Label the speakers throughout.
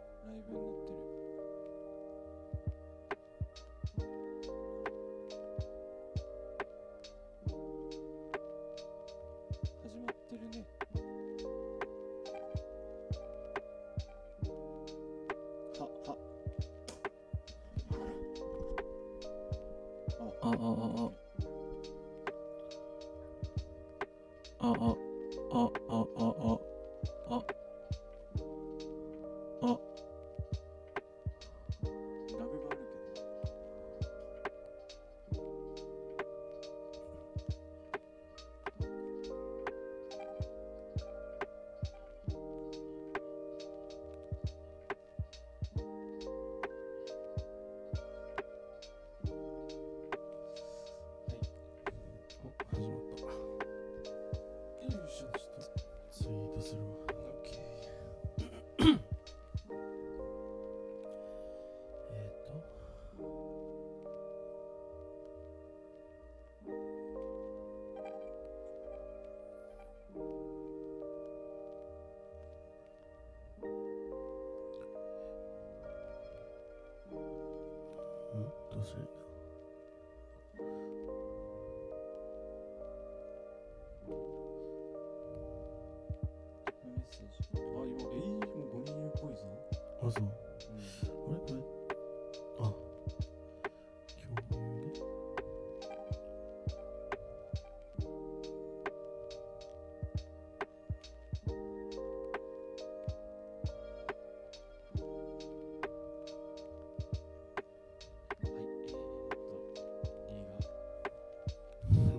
Speaker 1: ってる始まってるねはは
Speaker 2: あああああああああああ
Speaker 1: ラグがあるけど
Speaker 3: お始まった
Speaker 1: よいしょちょっと
Speaker 3: ツイートするわえっ、ー、とんどうする
Speaker 1: メッセージあ今えー、もうゴミ入っぽいぞ、
Speaker 3: あそう
Speaker 1: うん
Speaker 3: あれこれあ共有
Speaker 1: は
Speaker 3: で
Speaker 1: い、えー、っと、映画、なん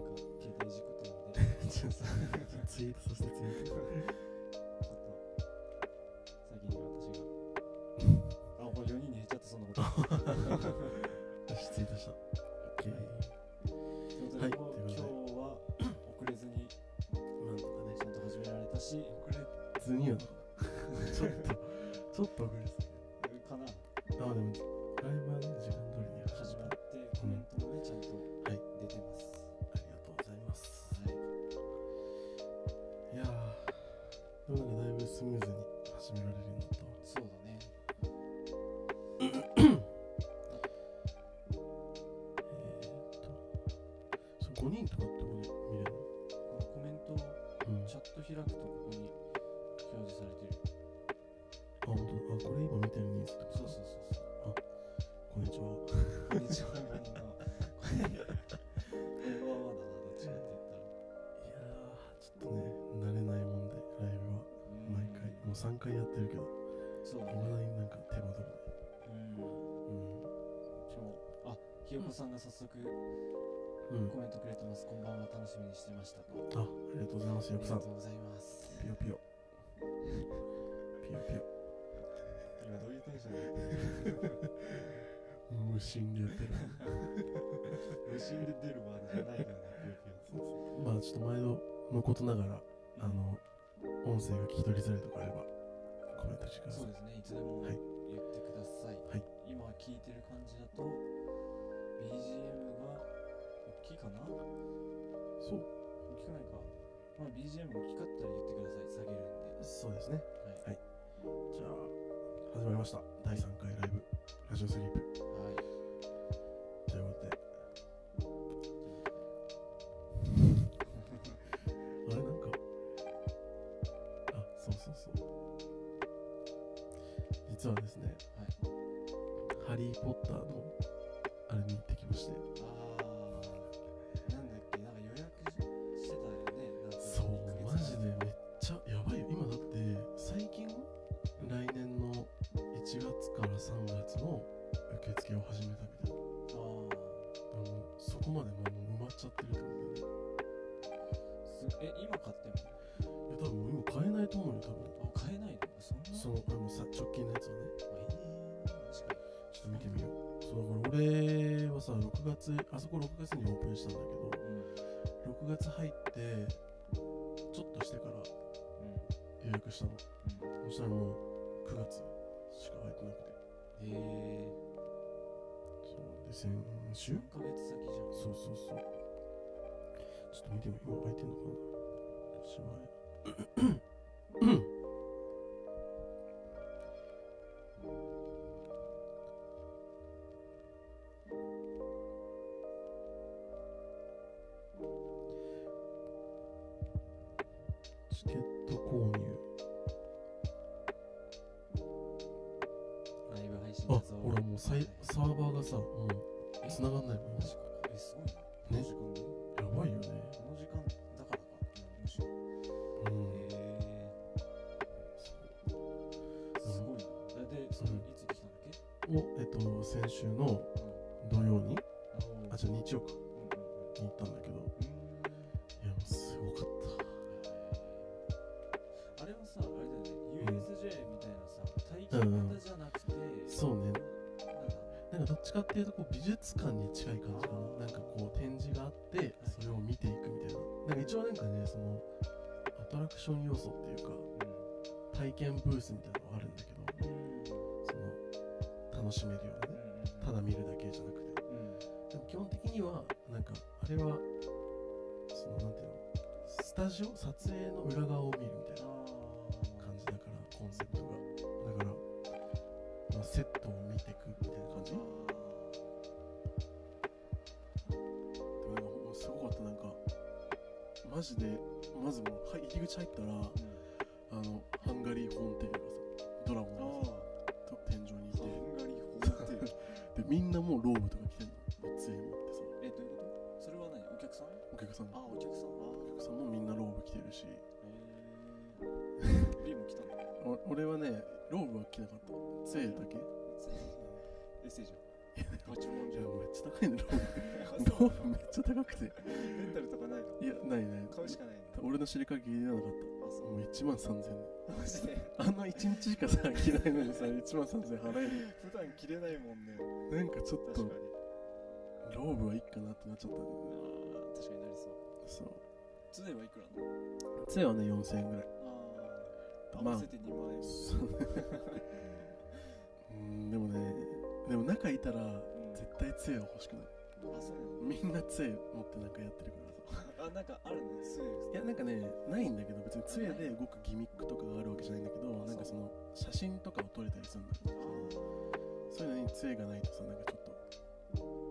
Speaker 1: か、携帯事故となんで、ちょっと、
Speaker 3: ツイートそしてツイート
Speaker 1: 先に私が、あ、これ4人で減っちゃった、そんなこと。
Speaker 3: よしツイートした OK
Speaker 1: ということで、
Speaker 3: はい
Speaker 1: もう今
Speaker 3: という
Speaker 1: 日
Speaker 3: こ
Speaker 1: は遅れずに、ち
Speaker 3: なんとかね
Speaker 1: ゃんと始められたし、
Speaker 3: 遅れずにはなちょっとちょっと遅れす
Speaker 1: かな、
Speaker 3: ぎるあでもライブはね時間通りに
Speaker 1: 始
Speaker 3: 始ま
Speaker 1: まっ
Speaker 3: る
Speaker 1: て、コメントもね、ちゃんと
Speaker 3: はい
Speaker 1: 出てます。
Speaker 3: ありがとうございます
Speaker 1: はい、
Speaker 3: いやーでもなんかだいぶスムーズに始められるようになったわ
Speaker 1: そうだね。
Speaker 3: えー、っとそう5人とかってことで見れる
Speaker 1: このコメントを
Speaker 3: のうん
Speaker 1: チャット開くと、ここに表示されてる。
Speaker 3: あ本当だあこれ今見てるニーズってこ
Speaker 1: そ
Speaker 3: と
Speaker 1: うそうそうそう。
Speaker 3: こんにちは
Speaker 1: こんにちは、こんばんは。こんばんはだな、どっちかって言ったら。
Speaker 3: いやーちょっとね慣れないもんでライブは毎回もう3回やってるけど
Speaker 1: そうだ
Speaker 3: い
Speaker 1: ね
Speaker 3: まだになんか手間取る
Speaker 1: うんしかもあひよこさんが早速コ
Speaker 3: うん、うん、
Speaker 1: メントくれてます、こんばんは楽しみにしてましたとあ
Speaker 3: あありがとうございますよ
Speaker 1: り
Speaker 3: くさ
Speaker 1: がと
Speaker 3: ん
Speaker 1: うございます
Speaker 3: ピヨピヨピヨピヨ
Speaker 1: 今どういうテンションで
Speaker 3: 無心でやってる
Speaker 1: 無心で出るまでじゃないからねピヨ
Speaker 3: まあちょっと毎度のことながらあの音声が聞き取りづらいとかあればコメントしてくださ
Speaker 1: そう
Speaker 3: い
Speaker 1: ですねいつでも
Speaker 3: は
Speaker 1: 言っ
Speaker 3: い
Speaker 1: てください、
Speaker 3: はい
Speaker 1: 今聞いてる感じだと BGM が大きいかな大
Speaker 3: そう
Speaker 1: きくないかまあ BGM 大きかったら言ってください下げるんで
Speaker 3: そうですね
Speaker 1: はい
Speaker 3: じゃあ始まりました第3回ライブラジオスリープ
Speaker 1: はい。
Speaker 3: ということで あれなんかあそうそうそう実はですね
Speaker 1: はい。
Speaker 3: 「ハリー・ポッター」のあれに行ってきまして
Speaker 1: ああ。なんだっけ、なんか予約ししてたよね。なんか
Speaker 3: そう
Speaker 1: 一ヶ
Speaker 3: マジ
Speaker 1: 月
Speaker 3: でめっちゃやばいよ今だって最近来年の1月から3月の受付を始めたみたいな
Speaker 1: 前。あ
Speaker 3: あのそこまでもう埋まっちゃってるってことだよね
Speaker 1: あ。すえ、今買っても。
Speaker 3: いや多分もう今買えないと思うよ多分
Speaker 1: あ、買えないの。そんな。
Speaker 3: そのあのさ直近のやつをね
Speaker 1: ええ確か
Speaker 3: ちょっと見てみようそうだから俺はさ6月あそこ6月にオープンしたんだけ
Speaker 1: に。うん。
Speaker 3: ど6月入ってちょっとしてから
Speaker 1: うん。
Speaker 3: 予約したの
Speaker 1: うん。
Speaker 3: そしたらもう9月しか入ってなくて
Speaker 1: ええ
Speaker 3: そうで先週
Speaker 1: ー。三ヶ月先じゃん。
Speaker 3: そうそうそうちょっと見てみよう今開いてんのかなしまいト購入
Speaker 1: ライブ配信
Speaker 3: あ
Speaker 1: 画像
Speaker 3: ほらもうサイサーバーがさもう繋がんないもん
Speaker 1: マジかえすごいなこの時間で
Speaker 3: やばいよね
Speaker 1: この時間だからかむしろ
Speaker 3: うん
Speaker 1: へえ
Speaker 3: うん
Speaker 1: すごいなででそれいつできたんだっけ
Speaker 3: をえっと先週の
Speaker 1: うん
Speaker 3: 土曜に
Speaker 1: あ
Speaker 3: あ
Speaker 1: じ
Speaker 3: じ
Speaker 1: ゃ
Speaker 3: ゃあ日曜か
Speaker 1: あ
Speaker 3: に行ったんだけどいやもうすごかった
Speaker 1: あれはさあれだよね
Speaker 3: うん
Speaker 1: USJ みたいなさ体験型じゃなくて
Speaker 3: そう
Speaker 1: な
Speaker 3: ね
Speaker 1: んか
Speaker 3: なんかどっちかっていうとこう美術館に近い感じか
Speaker 1: あー
Speaker 3: ななんかこう展示があってそれを見ていくみたいななんか一応なんかねそのアトラクション要素っていうか体験ブースみたいなのがあるんだけど
Speaker 1: うん
Speaker 3: その楽しめるようなねた
Speaker 1: だ
Speaker 3: だ見るだけじゃなくて
Speaker 1: うん
Speaker 3: でも基本的にはなんかあれはそのなんていうのスタジオ撮影の裏側を見るみたいな感じだからコンセプトがだから、まあ、セットを見ていくみたいな感じでもなんかもうすごかったなんかマジでまずもうはい入り口入ったらあのハンガリーホーンテールがさドラゴンがさと天井にいて
Speaker 1: ガリホーム って
Speaker 3: でみんなもうローブとか着てんの杖持ってさ
Speaker 1: えどういうことそれは何お客さん
Speaker 3: お客さん
Speaker 1: あお客さん
Speaker 3: お客さんもみんなローブ着てるし
Speaker 1: あへえ B も来たの
Speaker 3: お俺はねローブは着なかった杖だけ
Speaker 1: エッセイじゃんパチモン
Speaker 3: い
Speaker 1: じ
Speaker 3: や
Speaker 1: ゃん
Speaker 3: めっちゃ高いねローブローブめっちゃ高くて
Speaker 1: レンタルとかないの
Speaker 3: いやないない
Speaker 1: 買うしかないんだ
Speaker 3: 俺の知り限りではなかっ
Speaker 1: あそ
Speaker 3: た
Speaker 1: う
Speaker 3: もう1万3000円
Speaker 1: マジで
Speaker 3: あの1日しかさ着ないのにさ1万3000円払える
Speaker 1: 普段着れないもんね
Speaker 3: なんかちょっと
Speaker 1: 確かに
Speaker 3: ローブはいいかなってなっちゃったん
Speaker 1: あ
Speaker 3: だよね
Speaker 1: ー確かになりそう
Speaker 3: そう
Speaker 1: 杖はいくらなの
Speaker 3: 杖はね4000円ぐらい
Speaker 1: あー合
Speaker 3: まあ
Speaker 1: わせて2万円
Speaker 3: そううんでもねでも中いたら
Speaker 1: うん
Speaker 3: 絶対杖は欲しくない
Speaker 1: あそう
Speaker 3: みんな杖持ってなんかやってるからさ
Speaker 1: なのあなんかあるの杖
Speaker 3: いやなんかねないんだけど別に杖で動くギミックとかがあるわけじゃないんだけど
Speaker 1: あ
Speaker 3: なんかその写真とかを撮れたりするんだ
Speaker 1: あー
Speaker 3: そういうのに杖がないとさなんかちょっとなんか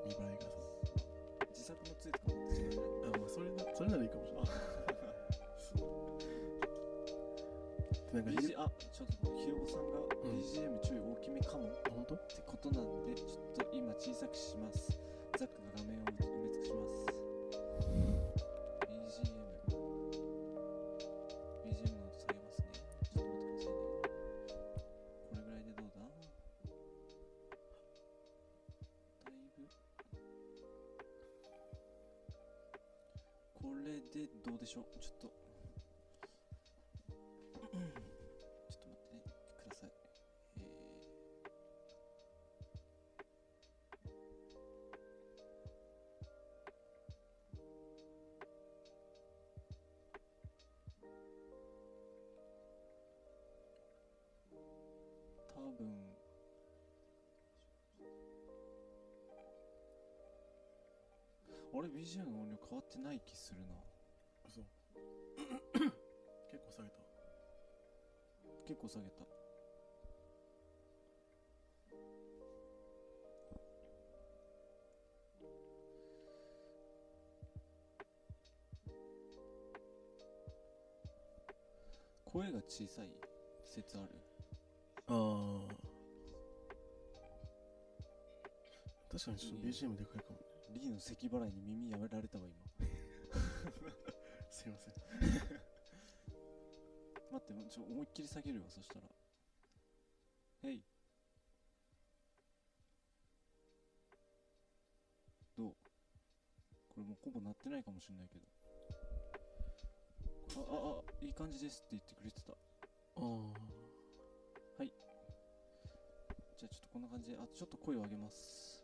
Speaker 3: 見栄えがさ
Speaker 1: 自作の杖とか持ってきてない
Speaker 3: あまあそれなそれならいいかもしれないそうでなんか
Speaker 1: BG あちょっとひよこさんが
Speaker 3: うん
Speaker 1: BGM ちょい大きめかもっ
Speaker 3: 本当
Speaker 1: てことなんでちょっと今小さくしますザックが画面を埋め尽くします BGMBGM の音下げますねちょっと待ってくださいねこれぐらいでどうだだいぶこれでどうでしょうちょっと ちょっと待ってねください。えー多分あれ BGM の音量変わってない気するな
Speaker 3: 嘘結構下げた
Speaker 1: 結構下げた声が小さい説ある
Speaker 3: あー確かにちょっと BGM でかいかも
Speaker 1: リーの咳払いに耳やめられたわ今
Speaker 3: すいません
Speaker 1: 待ってちょ思いっきり下げるよそしたらへいどうこれもうほぼ鳴ってないかもしれないけどあああいい感じですって言ってくれてた
Speaker 3: あー
Speaker 1: じゃあちょっとこんな感じであちょっと声を上げます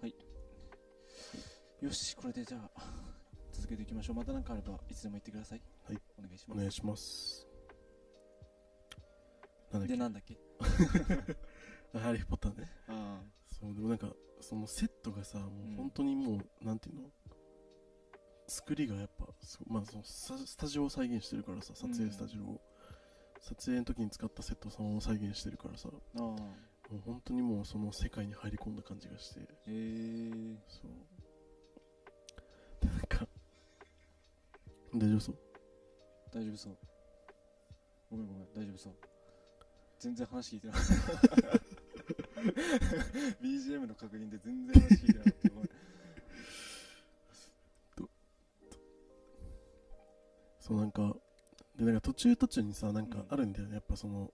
Speaker 1: はいよしこれでじゃあ続けていきましょうまた何かあればいつでも言ってください
Speaker 3: はい
Speaker 1: お願いし
Speaker 3: お
Speaker 1: ます
Speaker 3: 願いしますなんだっけ
Speaker 1: でなんだっけ
Speaker 3: あハリー・ポッターね
Speaker 1: ああ
Speaker 3: そうでもなんかそのセットがさも
Speaker 1: うん
Speaker 3: う本当にもう、なんていうの作りがやっぱすごまあそのスタスタジオを再現してるからさ撮影スタジオを、撮影の時に使ったセットをそのまま再現してるからさも
Speaker 1: ああ
Speaker 3: う本当にもうその世界に入り込んだ感じがして
Speaker 1: えー、
Speaker 3: そうでなんか大丈夫そう
Speaker 1: 大丈夫そうごめんごめん大丈夫そう全然話聞いてなかった BGM の確認で全然話聞いてなかったごめん
Speaker 3: そうなんかでなんか途中途中にさなん
Speaker 1: う
Speaker 3: か
Speaker 1: ん
Speaker 3: あるんだよね、やっぱその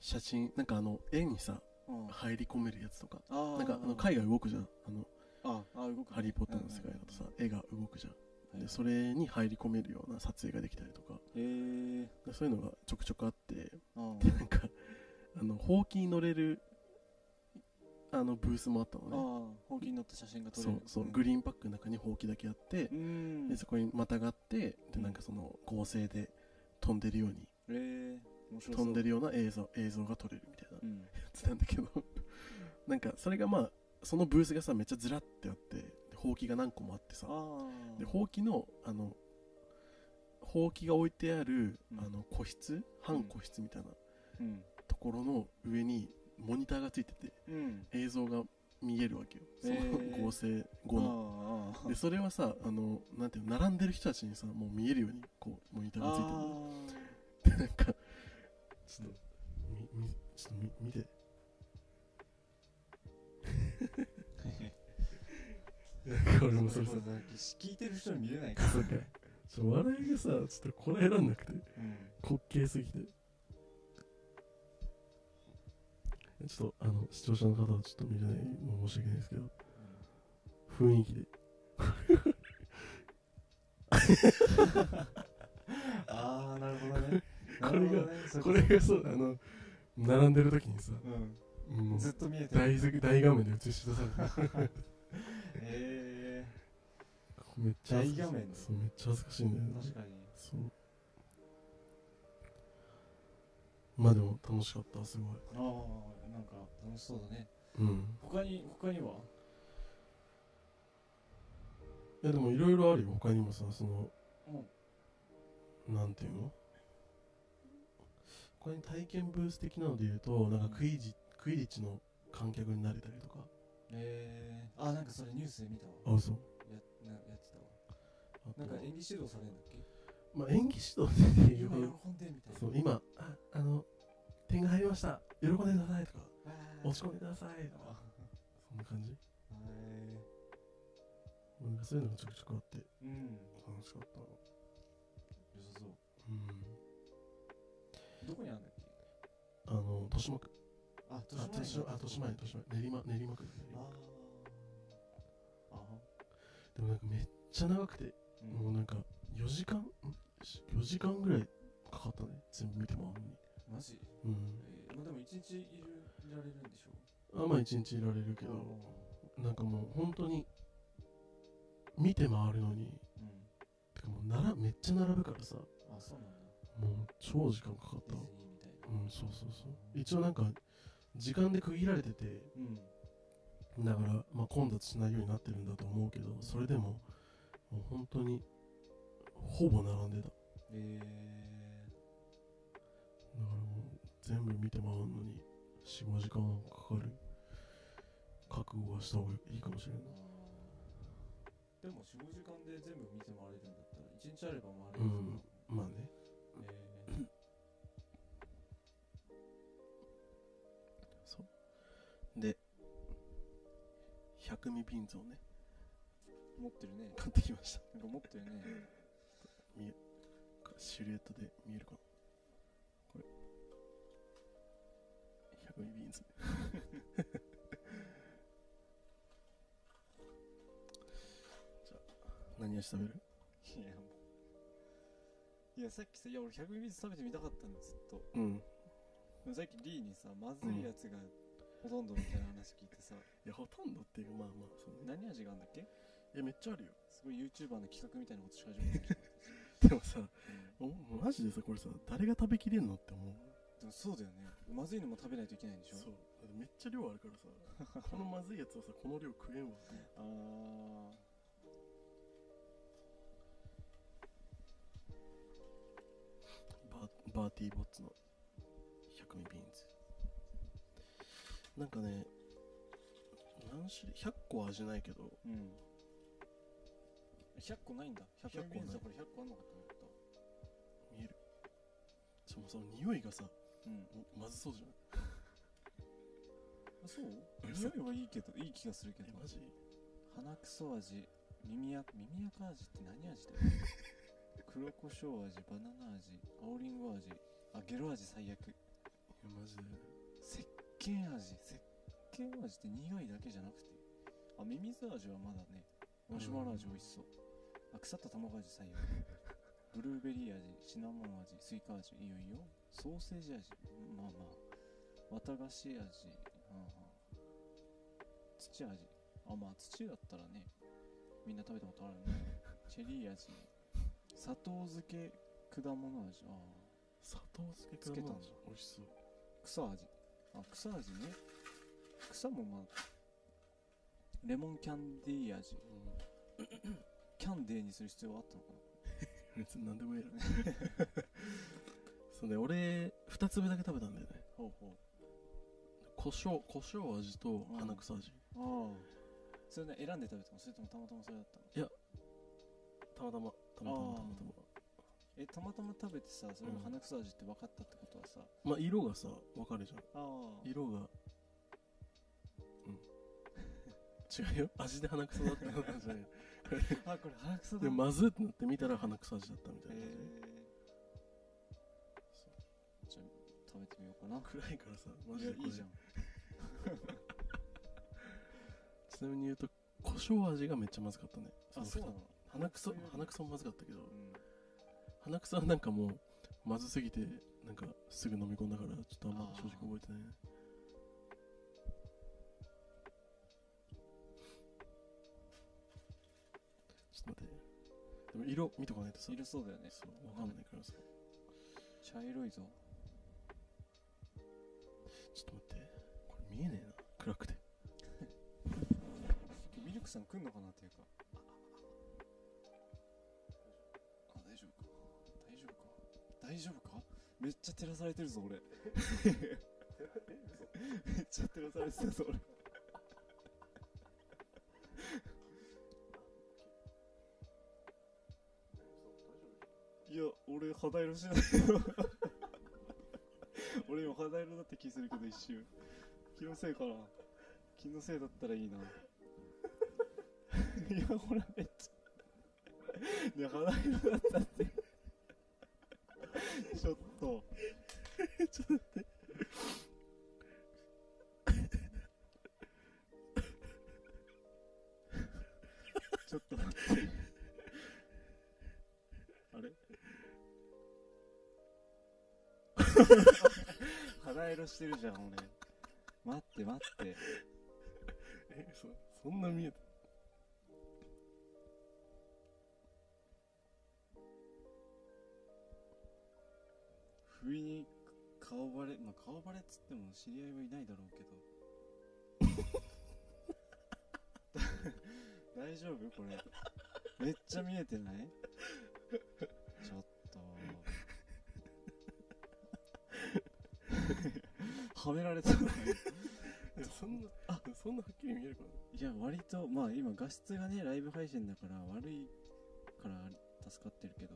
Speaker 3: 写真なんかあの絵にさ
Speaker 1: うん
Speaker 3: 入り込めるやつとか
Speaker 1: あー
Speaker 3: なんかあの絵が動くじゃんあの
Speaker 1: ああ動く
Speaker 3: ハリー・ポッターの世界だとさ絵が動くじゃん、
Speaker 1: はい
Speaker 3: でそれに入り込めるような撮影ができたりとか
Speaker 1: へえ
Speaker 3: でそういうのがちょくちょくあって
Speaker 1: あー
Speaker 3: でなんかあのほうきに乗れるあのブースもあった
Speaker 1: あ
Speaker 3: のね
Speaker 1: ーほうきに乗った写真が撮れ
Speaker 3: そ
Speaker 1: る
Speaker 3: うそう、グリーンパックの中にほうきだけあって
Speaker 1: う、ん
Speaker 3: でそこにまたがってでなんかその合成で飛んでるように
Speaker 1: えー、面白そう
Speaker 3: 飛んでるような映像映像が撮れるみたいな
Speaker 1: うん
Speaker 3: やつなんだけど なんかそれがまあそのブースがさめっちゃずらってあってでほうきが何個もあってさ
Speaker 1: ああ
Speaker 3: でほうきのあのほうきが置いてある、
Speaker 1: うん
Speaker 3: あの個室半個室みたいな
Speaker 1: うん
Speaker 3: ところの上にモニターがついてて
Speaker 1: うん
Speaker 3: 映像が見えるわけよその
Speaker 1: へー
Speaker 3: 合成後の、
Speaker 1: あーあー
Speaker 3: でそれはさあのなんていうの並んでる人たちにさもう見えるようにこうモニターがついてるの
Speaker 1: あー
Speaker 3: でなんかちょっとみみちょっとみ見て なんか俺もそれさ
Speaker 1: 聞いてる人に見れないから、
Speaker 3: そうかちょっと笑いがさちょっとこらえらんなくて滑稽すぎてちょっとあの視聴者の方はちょっと見れないの申し訳ないですけど雰囲気で
Speaker 4: ああなるほどね
Speaker 3: これが
Speaker 4: なるほどねそう
Speaker 3: こ
Speaker 4: いう
Speaker 3: れがそうあの並んでる時にさ
Speaker 4: とう
Speaker 3: も
Speaker 4: ん
Speaker 3: う
Speaker 4: ずっと見えてる
Speaker 3: 大図大画面で映し出されて
Speaker 4: え
Speaker 3: めっちゃ恥ずかしい
Speaker 4: 大画面
Speaker 3: そうめっちゃ恥ずかしいんだよ
Speaker 4: ー
Speaker 3: ね
Speaker 4: 確かに
Speaker 3: そうまあでも楽しかったすごい
Speaker 4: ああなんか楽しそうだね
Speaker 3: うん
Speaker 4: 他に他にはい
Speaker 3: やでもいろいろあるよ他にもさその
Speaker 4: うん
Speaker 3: なんていうのこれに体験ブース的なので言うとなんかクイジクイリッチの観客になれたりとか
Speaker 4: えー、あなんかそれニュースで見たわ
Speaker 3: あ嘘
Speaker 4: やなやってたわ
Speaker 3: あと
Speaker 4: なんか演技指導されるんだっけ
Speaker 3: まあ、演技指導っていう
Speaker 4: 今
Speaker 3: ほど
Speaker 4: 喜んでみたいな
Speaker 3: そう今ああの点が入りました喜んでくださいとか
Speaker 4: わー
Speaker 3: 落ち込んでくださいとか
Speaker 4: あ
Speaker 3: そんな感じ
Speaker 4: え
Speaker 3: なんかそういうのがちょくちょくあって
Speaker 4: ーうん
Speaker 3: 楽しかった
Speaker 4: 良さそう
Speaker 3: うん
Speaker 4: どこにあるんだっけ
Speaker 3: あの豊島区
Speaker 4: あ、
Speaker 3: あ豊島あ豊島園豊島園練馬練馬区だね練馬
Speaker 4: ああ。あ
Speaker 3: でもなんかめっちゃ長くて
Speaker 4: うん
Speaker 3: もうなんか4時間ん4時間ぐらいかかったね全部見てもあんのに
Speaker 4: マジ
Speaker 3: うん
Speaker 4: えー、まあでも一日いるいられるんでしょ
Speaker 3: あまあ一日いられるけ
Speaker 4: あ
Speaker 3: どなんかもう本当に見て回るのに
Speaker 4: ーうん。
Speaker 3: てかもうならめっちゃ並ぶからさも
Speaker 4: あ、そうなんだ。
Speaker 3: う超時間かかっ
Speaker 4: デ
Speaker 3: た
Speaker 4: ィズニーみたいな。
Speaker 3: うんそうそうそう一応なんか時間で区切られてて
Speaker 4: うん。
Speaker 3: だから、まあ、混雑しないようになってるんだと思うけどそれでももう本当にほぼ並んでただか
Speaker 4: え
Speaker 3: らもう全部見て回るのに45時間はかかる覚悟はした方がいいかもしれない
Speaker 4: ー、あーでも4、5時間で全部見て回れるんだったら、一日あれば回れる
Speaker 3: うんまあね
Speaker 4: えー、
Speaker 3: そうで百味瓶ンをね
Speaker 1: 持ってるね
Speaker 3: 買ってきました
Speaker 1: なんか持ってるね
Speaker 3: これシルエットで見えるかなこれ百味瓶ンね じゃあ何味食べる
Speaker 1: いやもういやさっきさいや俺100ミリ食べてみたかったんですずっと
Speaker 3: うん
Speaker 1: でもさっきリーにさまずいやつがほとんどみたいな話聞いてさ、
Speaker 3: いやほとんどっていうかまあまあそうね
Speaker 1: 何味があんだっけ
Speaker 3: いやめっちゃあるよ
Speaker 1: すごい YouTuber の企画みたいなことし始めて る、
Speaker 3: でもさ
Speaker 1: うん
Speaker 3: おマジでさこれさ誰が食べきれんのって思う
Speaker 1: でもそうだよねまずいのも食べないといけないんでしょ
Speaker 3: そうだってめっちゃ量あるから さこのまずいやつをさこの量食えんわ
Speaker 1: あー
Speaker 3: バーバーティーボッツの100ミビーンズなんかね何種類100個は味ないけど
Speaker 1: うん100個ないんだ100個
Speaker 3: 100個ない
Speaker 1: だから100個あんのかと思った
Speaker 3: もその匂いがさ
Speaker 1: うん
Speaker 3: まずそうじゃない
Speaker 1: あそう
Speaker 3: 嘘
Speaker 1: 匂いはいいけどいい気がするけど
Speaker 3: えマジ
Speaker 1: 鼻くそ味耳あ耳あか味って何味だ よ黒胡椒味バナナ味青りんご味あゲロ味最悪
Speaker 3: いやマジで
Speaker 1: 石鹸味石鹸味って苦いだけじゃなくてあミミズ味はまだねマシュマロ味美味しそう、あ腐った卵味採用ブルーベリー味シナモン味スイカ味いいよいいよソーセージ味まあまあ綿菓子味はあはあ土味あまあ土だったらねみんな食べたことあるねチェリー味砂糖漬け果物味ああ
Speaker 3: 砂糖漬け
Speaker 1: つけたんだ
Speaker 3: 美味しそう
Speaker 1: 草味あ草味ね草もまあレモンキャンディー味
Speaker 3: う
Speaker 1: キャンデーにする必要はあったのか
Speaker 3: ん別に何でもいいな そうね俺2粒だけ食べたんだよね
Speaker 1: なほうほ
Speaker 3: 胡椒胡椒味と
Speaker 1: うん
Speaker 3: 花草味、
Speaker 1: うああそれね選んで食べたのそれともたまたまそれだったの
Speaker 3: たまたまたまたまたまたま
Speaker 1: えたまたま食べてさそれが
Speaker 3: うん
Speaker 1: 鼻草味って分かったってことはさ、
Speaker 3: まあ色がさ分かるじゃん
Speaker 1: ああ
Speaker 3: 色がうん 違うよ味で鼻くそだったなったんじゃない
Speaker 1: あこれ鼻草だ
Speaker 3: でまずいってなって見たら鼻くそ味だったみたいな感じで、
Speaker 1: え
Speaker 3: そう
Speaker 1: ー、じゃあ食べてみようかな
Speaker 3: 暗いからさマ
Speaker 1: い
Speaker 3: ジ
Speaker 1: や
Speaker 3: でこれ
Speaker 1: いいじゃん
Speaker 3: ちなみに言うと胡椒味がめっちゃまずかったね
Speaker 1: あそうな
Speaker 3: の
Speaker 1: の
Speaker 3: 鼻くそ
Speaker 1: 鼻くそより
Speaker 3: 鼻くそもまずかったけど
Speaker 1: うん
Speaker 3: 鼻くそはなんかもうまずすぎてなんかすぐ飲み込んだからちょっとあんま
Speaker 1: あー
Speaker 3: 正直覚えてないねちょっと待ってでも色見とかないとさ
Speaker 1: 色そうだよね
Speaker 3: そうわかんないからさ
Speaker 1: 茶色いぞ
Speaker 3: ちょっと待ってこれ見えねえな暗くて
Speaker 1: ミルクさん来んのかなっていうかあ大丈夫か大丈夫か大丈夫かめっちゃ照らされてるぞ俺めっちゃ照らされてたぞ俺いや俺肌色してないよ俺今肌色だって気するけど一瞬気のせいかな気のせいだったらいいな いやほらめっちゃいや肌色だったってちょっとちょっと待って あれ肌色してるじゃん俺待って待って
Speaker 3: えそそんな見えた
Speaker 1: 不意に顔バレまあ顔バレっつっても知り合いはいないだろうけど 大丈夫これめっちゃ見えてないちょっと はめられた
Speaker 3: えそんなあそんなはっきり見えるかない
Speaker 1: や割とまあ今画質がねライブ配信だから悪いから助かってるけど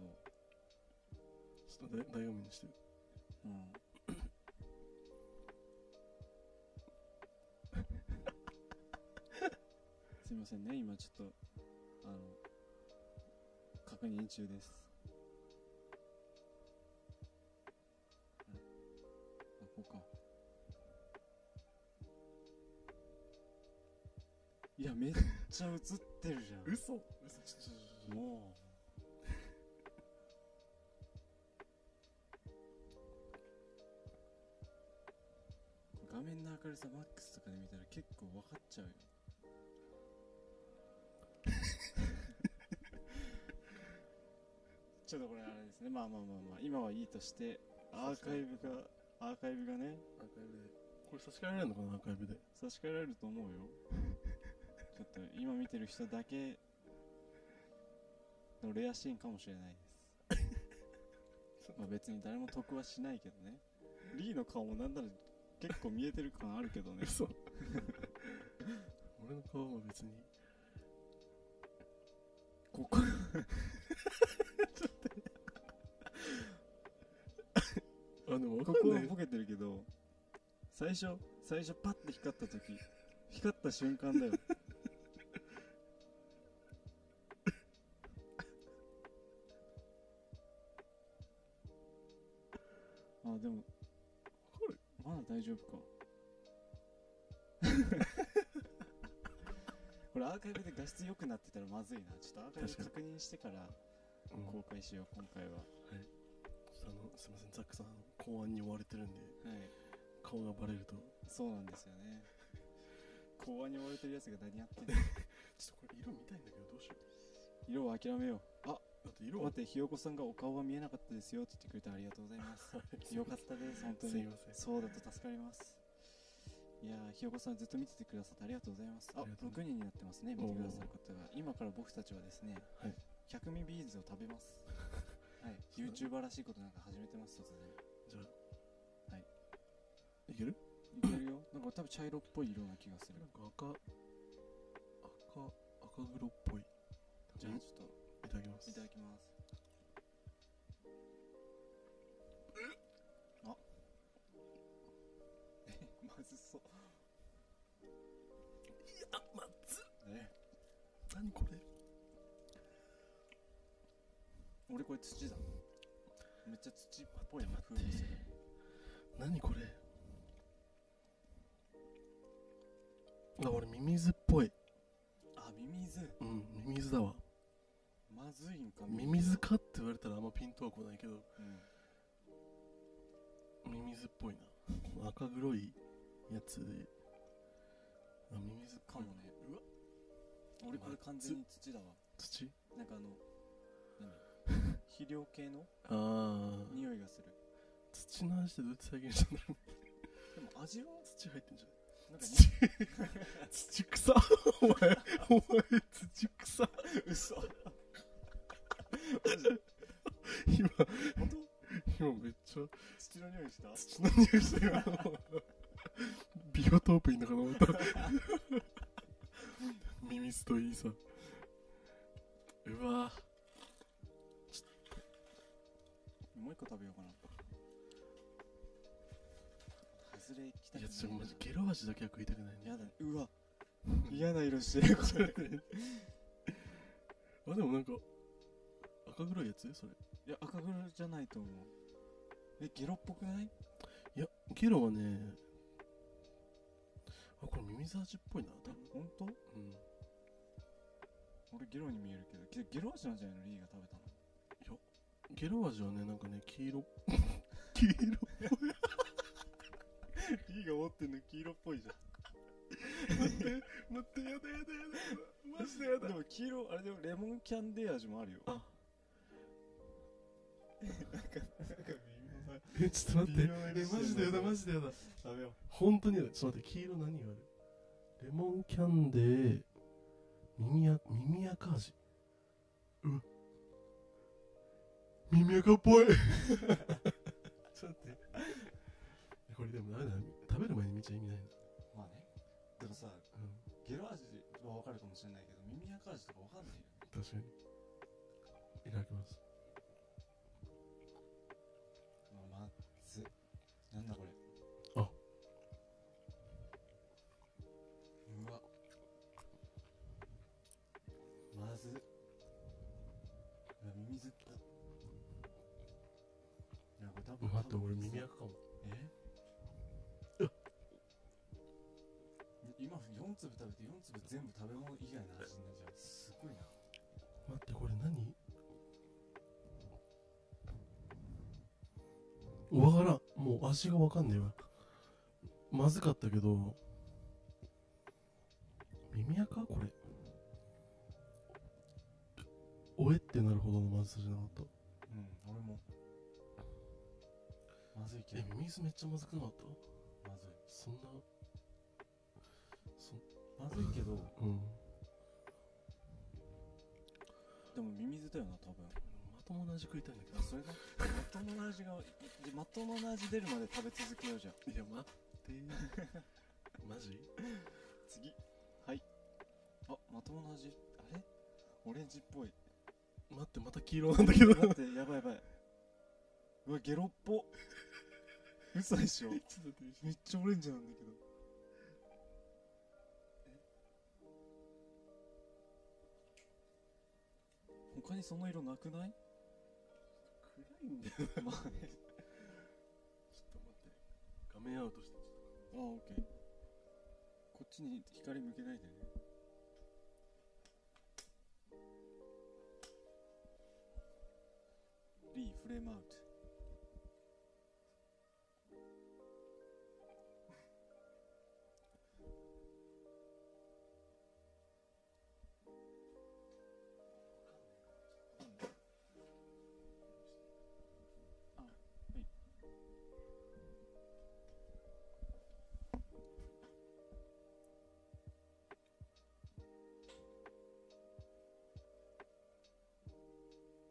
Speaker 3: ちょっと大大画面にしてる
Speaker 1: うん すいませんね今ちょっとあの確認中ですあれあこうかいやめっちゃ映ってるじゃん
Speaker 3: 嘘嘘ちょちょちょちょ
Speaker 1: もう 画面の明るさマックスとかで見たら結構分かっちゃうよ ちょっとこれあれですねまあまあまあまあ今はいいとしてアーカイブがアーカイブがね
Speaker 3: アーカイブでこれ差し替えられるのかなアーカイブで
Speaker 1: 差し替えられると思うよちょっと今見てる人だけのレアシーンかもしれないですまあ別に誰も得はしないけどねリーの顔もなんなら結構見えてる感あるけど ね
Speaker 3: 嘘俺の顔は別に
Speaker 1: ここちょっと
Speaker 3: あのわか
Speaker 1: こ
Speaker 3: ん
Speaker 1: こ
Speaker 3: な
Speaker 1: はいボケてるけど最初最初パッて光った時光った瞬間 だよあでも
Speaker 3: る
Speaker 1: まだ大丈夫かこれアーカイブで画質良くなってたらまずいなちょっとアーカイブ
Speaker 3: 確か
Speaker 1: 確
Speaker 3: に
Speaker 1: 認してから
Speaker 3: うん
Speaker 1: 公開しよう今回は
Speaker 3: あのすみませんザックさん公安に追われてるんで
Speaker 1: はい
Speaker 3: 顔がバレると
Speaker 1: そうなんですよ ね公安に追われてるやつが何やってんの
Speaker 3: ちょっとこれ色見たいんだけどどうしよ
Speaker 1: 色を諦めようあ
Speaker 3: うだって色
Speaker 1: 待
Speaker 3: は
Speaker 1: ってひよこさんがお顔が見えなかったですよって言ってくれてありがとうございま す
Speaker 3: はい
Speaker 1: よかったです本当
Speaker 3: すい
Speaker 1: に
Speaker 3: ません
Speaker 1: そうだと助かりますいやーひよこさんずっと見ててくださってありがとうございますあ
Speaker 3: ありがとうご
Speaker 1: 6人になってますね見てくださる方が今から僕たちはですね、
Speaker 3: はい
Speaker 1: 百味ビーズを食べます はい
Speaker 3: そう
Speaker 1: YouTuber らしいことなんか始めてます突然
Speaker 3: じゃあ
Speaker 1: はい
Speaker 3: いける
Speaker 1: いけるよなんか多分茶色っぽい色な気がする
Speaker 3: なんか赤赤赤黒っぽい
Speaker 1: じゃあちょっ
Speaker 3: いただきます
Speaker 1: といただきますあえまずそう
Speaker 3: あまずっ
Speaker 1: ね
Speaker 3: 何これ
Speaker 1: 俺これ土だめっちゃ土っぽい風味する
Speaker 3: 何これあ俺ミミズっぽい
Speaker 1: あミミズ
Speaker 3: うんミミズだわ
Speaker 1: まずいんか
Speaker 3: ミミズ、かって言われたらあんまピンとは来ないけど
Speaker 1: うん
Speaker 3: ミミズっぽいなこの赤黒いやつあミミズっ
Speaker 1: か
Speaker 3: ぽい
Speaker 1: もね
Speaker 3: うわ
Speaker 1: 俺これ完全に土だわ
Speaker 3: 土
Speaker 1: なんかあの 何肥料系の
Speaker 3: ああ
Speaker 1: 匂いがする
Speaker 3: 土の話ってどうやって再現したんだろう
Speaker 1: でも味は
Speaker 3: 土入ってんじゃない
Speaker 1: なんか
Speaker 3: 土土草お前お前土草
Speaker 1: 嘘
Speaker 3: 今
Speaker 1: 本当
Speaker 3: 今めっちゃ
Speaker 1: 土の匂いした
Speaker 3: 土の匂いしてるビオトープいいのかな思ったミミズといいさうわ
Speaker 1: もう一個食べようかな外れ行きたくない
Speaker 3: いや
Speaker 1: な
Speaker 3: ちょマジゲロ味だけは食いたくないね
Speaker 1: やだうわ嫌な色してるこれ
Speaker 3: あでもなんか赤黒いやつそれ
Speaker 1: いや赤黒じゃないと思うえゲロっぽくない
Speaker 3: いやゲロはねあこれミミズ味っぽいな多分
Speaker 1: 本当
Speaker 3: うんい
Speaker 1: 俺ゲロに見えるけどけどゲロ味なんじゃないのリーが食べたの
Speaker 3: やゲロ味はねなんかね黄色 黄色
Speaker 1: リーが持ってんの黄色っぽいじゃ
Speaker 3: 待って待ってやだやだやだマジでや
Speaker 1: んでも黄色あれでもレモンキャンデー味もあるよ
Speaker 3: あ
Speaker 1: なんか
Speaker 3: えちょっと待って
Speaker 1: 微妙な色
Speaker 3: え
Speaker 1: してる
Speaker 3: マジでやだマジでやだ
Speaker 1: 食べよ
Speaker 3: 本当にやだちょっと待って黄色何があるレモンキャンデー耳あ耳垢味うわ耳垢っぽい ちょっと待ってこれでもダメだ食べる前に見ちゃ意味ないな、
Speaker 1: うまあねでもさ
Speaker 3: う
Speaker 1: ゲロ味はわかるかもしれないけど耳垢味とかわかんないよね
Speaker 3: ん、確かにいただきます
Speaker 1: まあまずいなんだこれ
Speaker 3: あ
Speaker 1: うわまずいうわミミズったいやこれ多分
Speaker 3: 待って俺耳垢かも
Speaker 1: え今4粒食べて4粒全部食べ物以外の味になっちゃうすごいな
Speaker 3: 待ってこれ何わからんもう味がわかんねえわまずかったけど耳垢これおえってなるほどのまずさじゃなかった
Speaker 1: うん俺もまずいけ
Speaker 3: え
Speaker 1: ど
Speaker 3: ミミズめっちゃまずくなかった
Speaker 1: まずい
Speaker 3: そんなそ
Speaker 1: まずいけど
Speaker 3: うん
Speaker 1: でもミミズだよな多分
Speaker 3: まともな味食いたいんだけ
Speaker 1: あそれがまともな味がいまともな味出るまで食べ続けようじゃん
Speaker 3: どいや待ってマジ
Speaker 1: 次はいあまともな味あれオレンジっ ぽい
Speaker 3: 待ってまた黄色なんだけど
Speaker 1: 待ってやばいやばいうわゲロっぽ嘘でしょ
Speaker 3: ちょっと待って
Speaker 1: めっちゃオレンジなんだけど他にその色なくない
Speaker 3: 暗いんだよちょっ
Speaker 1: まあね
Speaker 3: と待って画面アウトしてちょっ
Speaker 1: あオッケーこっちに光向けないでねリーフレームアウト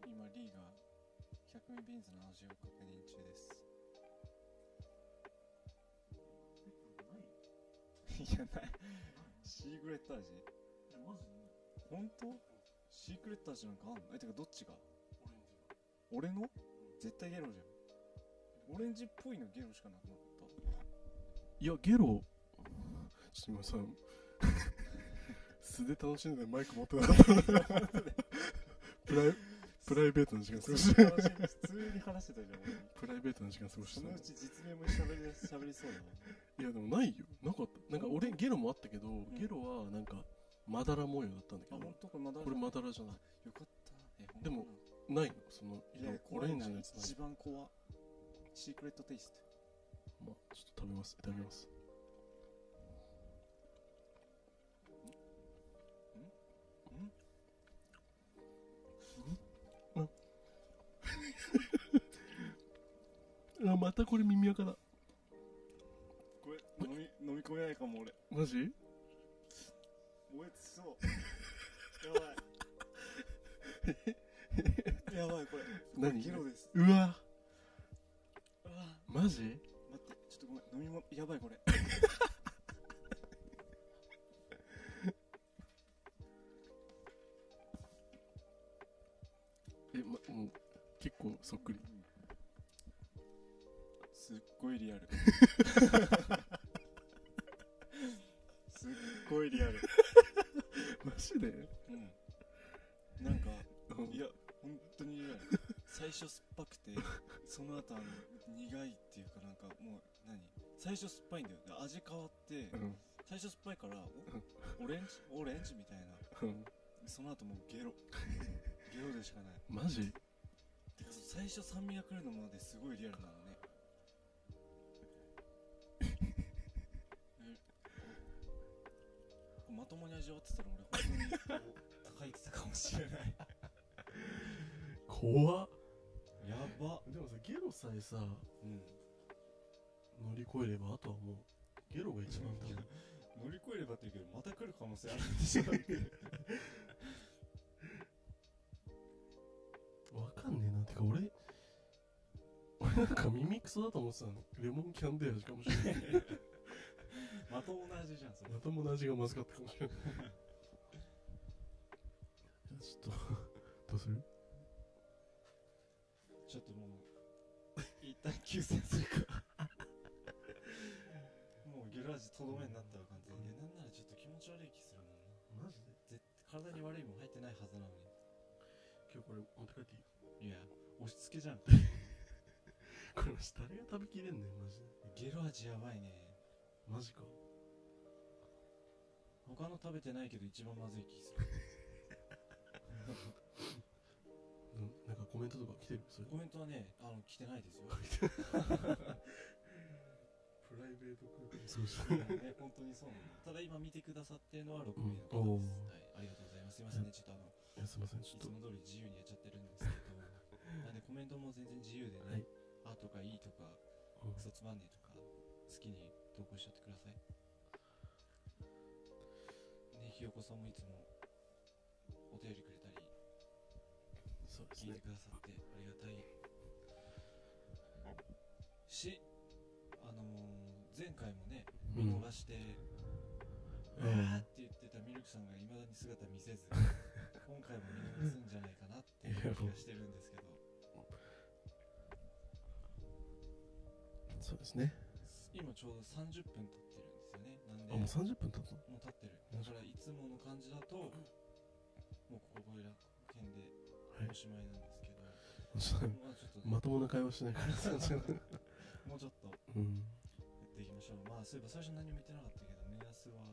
Speaker 1: 今リーが100ミリビーンズの味を確認中です
Speaker 3: と
Speaker 1: い
Speaker 3: ない
Speaker 1: やないシークレット味
Speaker 3: えマジでない
Speaker 1: 本当シークレット味なんかあんのえてかどっちが
Speaker 3: オレンジ
Speaker 1: 俺の
Speaker 3: がうん
Speaker 1: 絶対ゲロじゃんオレンジっぽいのゲロしかなくなった
Speaker 3: いやゲロちょっと今さ素で楽しんでマイク持ってなかったプライプライベートの時間過ごし
Speaker 1: 普
Speaker 3: て
Speaker 1: 通に話してたじゃん俺
Speaker 3: プライベートの時間過ごし
Speaker 1: そ
Speaker 3: て
Speaker 1: の
Speaker 3: ないう
Speaker 1: ち実名も喋り喋りそうだ
Speaker 3: いやでもないよなかったなんか俺ゲロもあったけど、
Speaker 1: ん
Speaker 3: ゲロはなんかまだら模様だったんだけ
Speaker 1: なあ本
Speaker 3: ど
Speaker 1: 当これまだ
Speaker 3: これまだらじゃない
Speaker 1: よかったえ
Speaker 3: でもないのその
Speaker 1: いや
Speaker 3: 色オ
Speaker 1: 怖
Speaker 3: レ
Speaker 1: い
Speaker 3: ン
Speaker 1: な
Speaker 3: ジのやつない
Speaker 1: 一番怖シークレットテイスト
Speaker 3: まあ、ちょっと食べますいただきます あまたこれ耳垢だ
Speaker 1: これ飲み飲み込めないかも俺
Speaker 3: マジ
Speaker 1: 燃えて そうやばいやばいこれ
Speaker 3: 何
Speaker 1: これゲロです
Speaker 3: うわ
Speaker 1: うわ
Speaker 3: マジ
Speaker 1: 待ってちょっとごめん飲み物やばいこれ
Speaker 3: え、ま、もう結構そっくり
Speaker 1: すっごいリアルすっごいリアル
Speaker 3: マジで
Speaker 1: うんなんか
Speaker 3: うん
Speaker 1: いや本当にリアル最初酸っぱくてその後あの苦いっていうかなんかもう何最初酸っぱいんだよで味変わって
Speaker 3: うん
Speaker 1: 最初酸っぱいからおオレンジオレンジみたいな
Speaker 3: うん
Speaker 1: その後もうゲロゲロでしかない
Speaker 3: マジ
Speaker 1: てか最初酸味が来るのまですごいリアルなのねえこうまともに味わってたら俺本当にこう高いってたかもしれない
Speaker 3: 怖っ
Speaker 1: やば
Speaker 3: でもさゲロさえさ
Speaker 1: うん
Speaker 3: 乗り越えればあとはもうゲロが一番だ
Speaker 1: 乗り越えればって言うけどまた来る可能性あるんでしょ
Speaker 3: わかんねえなてか俺俺なんか耳クソだと思ってたのレモンキャンデー味かもしれ ない
Speaker 1: まともな味じゃんそれ
Speaker 3: まともな味がまずかったかもしれないいやちょっとどうする
Speaker 1: ちょっともう一旦休戦するかもうゲロ味とどめになったわ完全にいやなんならちょっと気持ち悪い気するもんな
Speaker 3: マジで
Speaker 1: 絶体に悪いもん入ってないはずなのに
Speaker 3: 今日これ持って帰っていい
Speaker 1: いや押し付けじゃん
Speaker 3: これマジ誰が食べきれんねんマジで
Speaker 1: ゲロ味やばいね
Speaker 3: マジか
Speaker 1: 他の食べてないけど一番まずい気 する
Speaker 3: うんなんかコメントとか来てるそれ
Speaker 1: コメントはねあの来てないです よ
Speaker 3: プライベート空間そうし
Speaker 1: ね本当にそうなのただ今見てくださってるのは6名の方です、
Speaker 3: うん
Speaker 1: はい、ありがとうございますすいませんねちょっとあの
Speaker 3: いやすいませんち
Speaker 1: い
Speaker 3: ょ
Speaker 1: つ
Speaker 3: っ
Speaker 1: も通り自由にやっちゃってるん ですけどなんでコメントも全然自由で
Speaker 3: とは
Speaker 1: ね
Speaker 3: い、
Speaker 1: あとかいいとか
Speaker 3: うん
Speaker 1: クソつまんねえとか好きに投稿しちゃってくださいねひよこさんもいつもお便りくれたり
Speaker 3: そうです
Speaker 1: 聞い
Speaker 3: ね
Speaker 1: てくださってありがたいしあのー前回もね見逃して、う
Speaker 3: うん
Speaker 1: わーって言ってたミルクさんがいまだに姿見せず 今回も見逃すんじゃないかなっていう気がしてるんですけど
Speaker 3: そうですね
Speaker 1: 今ちょうど30分経ってるんですよねなんで
Speaker 3: あもう30分経ったの
Speaker 1: もう経ってるだからいつもの感じだと、もうここら辺で
Speaker 3: はい
Speaker 1: おしまいなんですけど、
Speaker 3: ちょっと
Speaker 1: まあちょっとね、
Speaker 3: まともな会話しないから
Speaker 1: もうちょっとや
Speaker 3: うん
Speaker 1: っていきましょうまあそういえば最初何も言ってなかったけど目安は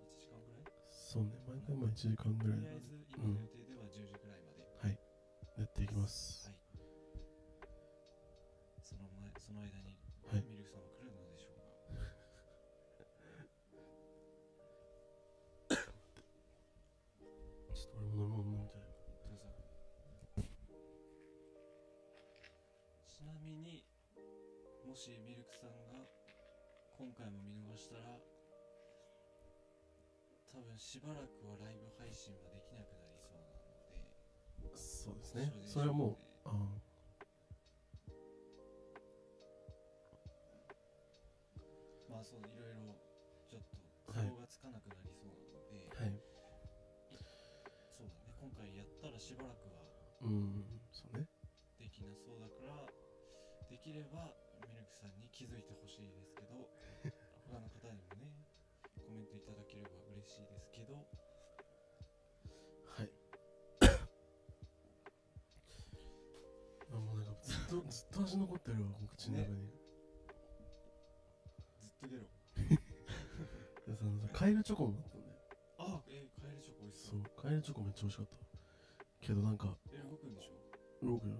Speaker 1: 1時間ぐらい
Speaker 3: そうね毎回まあ1時間ぐ
Speaker 1: と
Speaker 3: らい
Speaker 1: りあえず今の予定では10時ぐらいまで、
Speaker 3: はいやっていきます
Speaker 1: はいその前その間に
Speaker 3: はい
Speaker 1: ミルクさんは来るのでしょうか、
Speaker 3: ちょっと俺も飲み物飲みたい
Speaker 1: どうぞちなみにもしミルクさんが今回も見逃したら多分しばらくはライブ配信はできなくなりそうなので
Speaker 3: そうですね
Speaker 1: で
Speaker 3: それはもうあー
Speaker 1: まあそういろいろちょっと
Speaker 3: はい
Speaker 1: 顔がつかなくなりそうなので、
Speaker 3: はい
Speaker 1: そうだね今回やったらしばらくは
Speaker 3: うんそうね
Speaker 1: できなそうだからできればミルクさんに気づいてほしいですけ ど他の方にもねコメントいただければ嬉しいですけど
Speaker 3: はい あもうなんかずっとずっと味残ってるわもう口の中に、
Speaker 1: ずっと出ろ
Speaker 3: でさカエルチョコもあったんだよ
Speaker 1: あえー、カエルチョコ美味し
Speaker 3: そ
Speaker 1: そう
Speaker 3: うカエルチョコめっちゃ美味しかったけどなんか
Speaker 1: え動くんでしょ
Speaker 3: 動くよ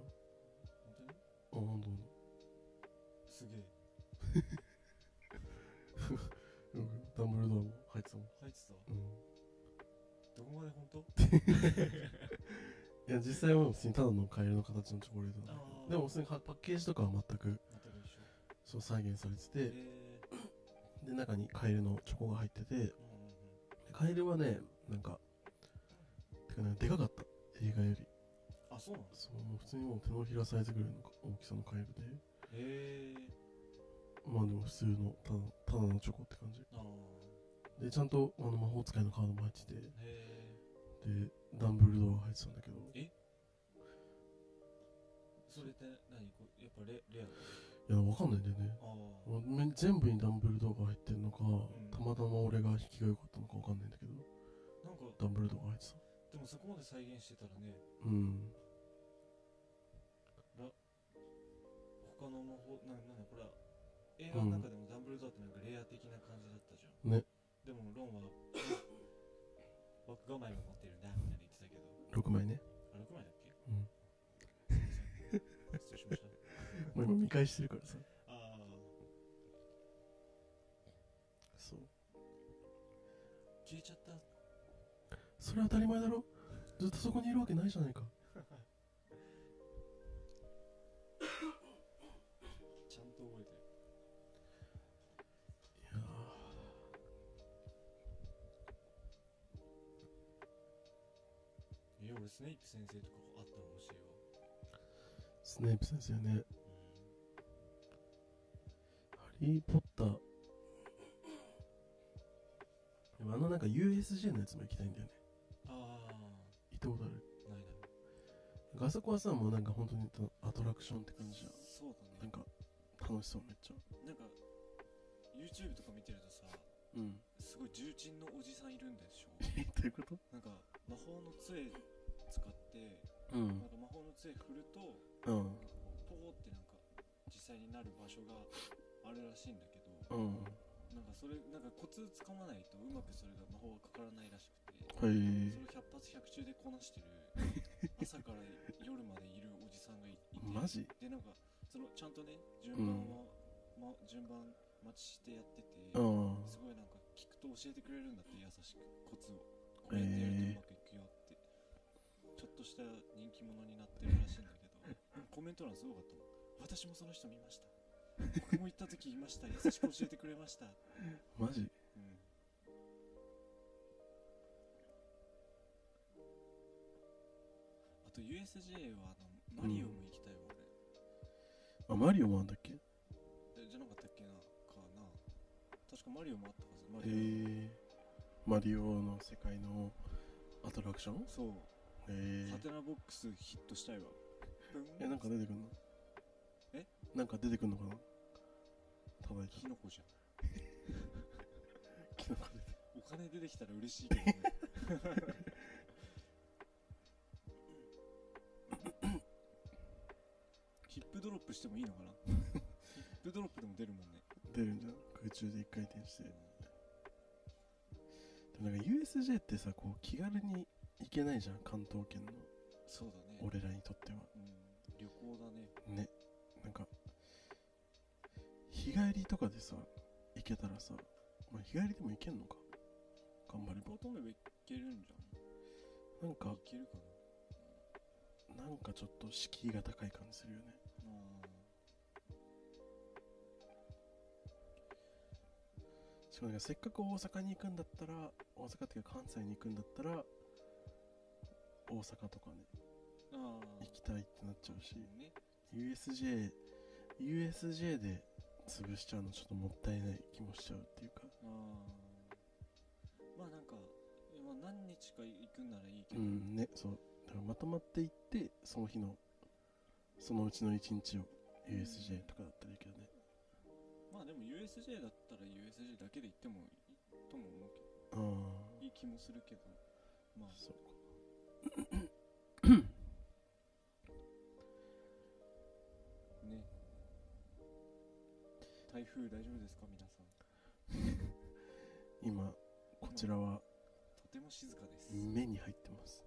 Speaker 1: 本当に
Speaker 3: あほんとほんと
Speaker 1: すげえ
Speaker 3: 動くよダンブルドアも入ってたもん
Speaker 1: 入ってた
Speaker 3: うん
Speaker 1: どこまで本当
Speaker 3: いや実際は普通にただのカエルの形のチョコレートなんだ
Speaker 1: あ
Speaker 3: け
Speaker 1: ー
Speaker 3: どでも普通にパッパッケージとかは全く
Speaker 1: 全く一緒
Speaker 3: そう再現されて
Speaker 1: え
Speaker 3: て
Speaker 1: ー、
Speaker 3: で中にカエルのチョコが入っててで
Speaker 1: うんうんうん
Speaker 3: カエルはねなんかてかねでかかった映画より
Speaker 1: あそうなんです
Speaker 3: そうもう普通にもう手のひらサイズぐらいの大きさのカエルで
Speaker 1: へえー、
Speaker 3: まあでも普通のただのただのチョコって感じ
Speaker 1: ああ
Speaker 3: でちゃんとあの魔法使いのカードも入ってて
Speaker 1: へ
Speaker 3: でダンブルドアが入ってたんだけど
Speaker 1: ええー、それって何こうやっぱレレアだ
Speaker 3: いやわかんないんだよね
Speaker 1: ああ
Speaker 3: もうめ全部にダンブルドアが入ってるのか、
Speaker 1: ん
Speaker 3: たまたま俺が引きが良かったのかわかんないんだけど
Speaker 1: なんか
Speaker 3: ダンブルドアが入ってた
Speaker 1: でもそこまで再現してたらね
Speaker 3: うん
Speaker 1: 他の魔法ななんだこれは映画の中でもダンブルドアってなんかレア的な感じだったじゃん、
Speaker 3: ね
Speaker 1: でもロンは僕5枚も持ってるんだみたいな言ってたけど
Speaker 3: 6枚ね
Speaker 1: あ6枚だっけ
Speaker 3: うん
Speaker 1: 失礼しました
Speaker 3: もう今見返してるからさ
Speaker 1: ああ
Speaker 3: そう
Speaker 1: 消えちゃった
Speaker 3: それは当たり前だろずっとそこにいるわけないじゃないか
Speaker 1: ちゃんと覚えてる
Speaker 3: いや
Speaker 1: いや俺スネイプ先生とかあったら欲しいわ
Speaker 3: ースネープ先生ねハリー・ポッターでもあのなんか USJ のやつも行きたいんだよね
Speaker 1: ああ
Speaker 3: 行ったことある
Speaker 1: ないない
Speaker 3: なんかあそこはさもうなんか本当にアトラクションって感じじゃん
Speaker 1: そうだ
Speaker 3: なん
Speaker 1: ね
Speaker 3: か楽しそうめっちゃ
Speaker 1: なんか YouTube とか見てるとさ
Speaker 3: うん
Speaker 1: すごい重鎮のおじさんいるんでしょ
Speaker 3: どういうこと
Speaker 1: なんか魔法の杖使って
Speaker 3: うん
Speaker 1: なんか魔法の杖振ると
Speaker 3: う
Speaker 1: な
Speaker 3: ん
Speaker 1: んかこうポコってなんか実際になる場所があるらしいんだけど
Speaker 3: うん
Speaker 1: なんかそれなんかコツつかまないとうまくそれが魔法がかからないらしくて
Speaker 3: はい
Speaker 1: それを100発100中でこなしてる 朝から夜までいるおじさんがいいて
Speaker 3: マジ
Speaker 1: でなんかそのちゃんとね順番は、ま、順番待ちしてやってて
Speaker 3: うん
Speaker 1: すごいなんか聞くと教えてくれるんだって優しくコツをこうやってやるとうまくいくよって、ちょっとした人気者になってるらしいんだけ どコメント欄すごかったもん私もその人見ました僕も行った時いました優しく教えてくれました、う
Speaker 3: マジ
Speaker 1: ん、あと USJ はあのマリオも行きたいわ、
Speaker 3: あマリオもあんだっけへ
Speaker 1: 俺えじゃなかったっけなかな確かマリオもあったはずマ
Speaker 3: え
Speaker 1: リオ、
Speaker 3: マリオの世界のアトラクションへ
Speaker 1: そう
Speaker 3: え
Speaker 1: ハテナボックスヒットしたいわ。
Speaker 3: えなんか出てくんの
Speaker 1: え
Speaker 3: なんか出てくんのかな叩い
Speaker 1: キ
Speaker 3: た
Speaker 1: ノコじゃん
Speaker 3: キノコ出て
Speaker 1: お金出てきたら嬉しいけどねヒップドロップしてもいいのかなヒップドロップでも出るもんね
Speaker 3: 出るんじゃん空中で一回転してでもなんか USJ ってさこう気軽に行けないじゃん関東圏の
Speaker 1: そうだね、
Speaker 3: 俺らにとっては
Speaker 1: うん、旅行だね
Speaker 3: ねなんか日帰りとかでさ行けたらさ、まあ、日帰りでも行けんのか頑張れば
Speaker 1: ほとんどいけるんじゃ
Speaker 3: なん
Speaker 1: ん
Speaker 3: か
Speaker 1: いけるかな
Speaker 3: なんかちょっと敷居が高い感じするよねしかもなんかせっかく大阪に行くんだったら大阪っていうか関西に行くんだったら大阪とかね
Speaker 1: あーあ
Speaker 3: 行きたいってなっちゃうし
Speaker 1: ーね
Speaker 3: USJ USJ で潰しちゃうのちょっともったいない気もしちゃうっていうか
Speaker 1: あーまあなんか、まあ、何日か行くんならいいけ
Speaker 3: う
Speaker 1: ど、
Speaker 3: んねそうだからまとまっていってその日のそのうちの一日を USJ とかだったらいいけどね
Speaker 1: まあでも USJ だったら USJ だけで行ってもいいとも思うけど
Speaker 3: あ
Speaker 1: いい気もするけどまあ
Speaker 3: あそうか
Speaker 1: ね台風大丈夫ですか皆さん
Speaker 3: 今こちらは
Speaker 1: とても静かです、
Speaker 3: 目に入ってます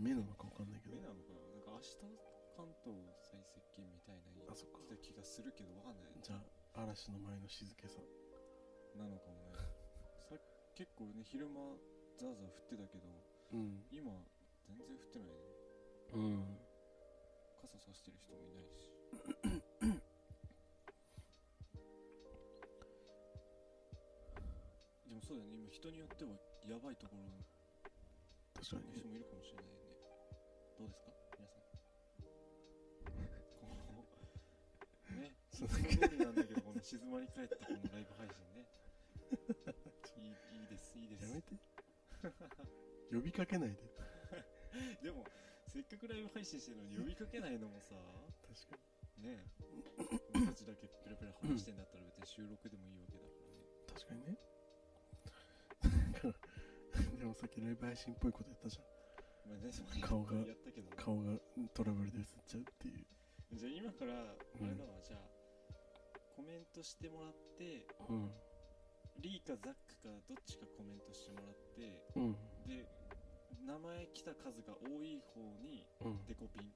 Speaker 3: 目なのか分かんないけど
Speaker 1: 目なのかななんか明日関東最接近みたいな
Speaker 3: あそっか
Speaker 1: 来た気がするけどわかんない
Speaker 3: じゃあ嵐の前の静けさ
Speaker 1: なのかもねさ結構ね昼間ザーザー降ってたけど
Speaker 3: うん
Speaker 1: 今全然降ってないね
Speaker 3: うん
Speaker 1: 傘さしてる人もい ないしでもそうだよね今人によってはやばいところの
Speaker 3: 確かに
Speaker 1: 人もいるかもしれないよねどうですか皆さんこのね
Speaker 3: そう
Speaker 1: その通りなんだけどこの静まり返ったこのライブ配信ねいいいいですいいです
Speaker 3: やめて 呼びかけないで
Speaker 1: でもせっかくライブ配信してるのに呼びかけないのもさ
Speaker 3: 確か
Speaker 1: ねえ僕たちだけペラペラ話してんだったら別に収録でもいいわけだからね
Speaker 3: に確かにねだからでもさっきライブ配信っぽいことやったじゃん
Speaker 1: まあねその
Speaker 3: 顔が
Speaker 1: やったけどね
Speaker 3: 顔がトラブルで映っちゃうっていう
Speaker 1: じゃあ今からあれだわ、じゃあコメントしてもらって
Speaker 3: うん
Speaker 1: リーかザックかどっちかコメントしてもらって
Speaker 3: うん
Speaker 1: で名前来た数が多い方に
Speaker 3: うん
Speaker 1: デコピン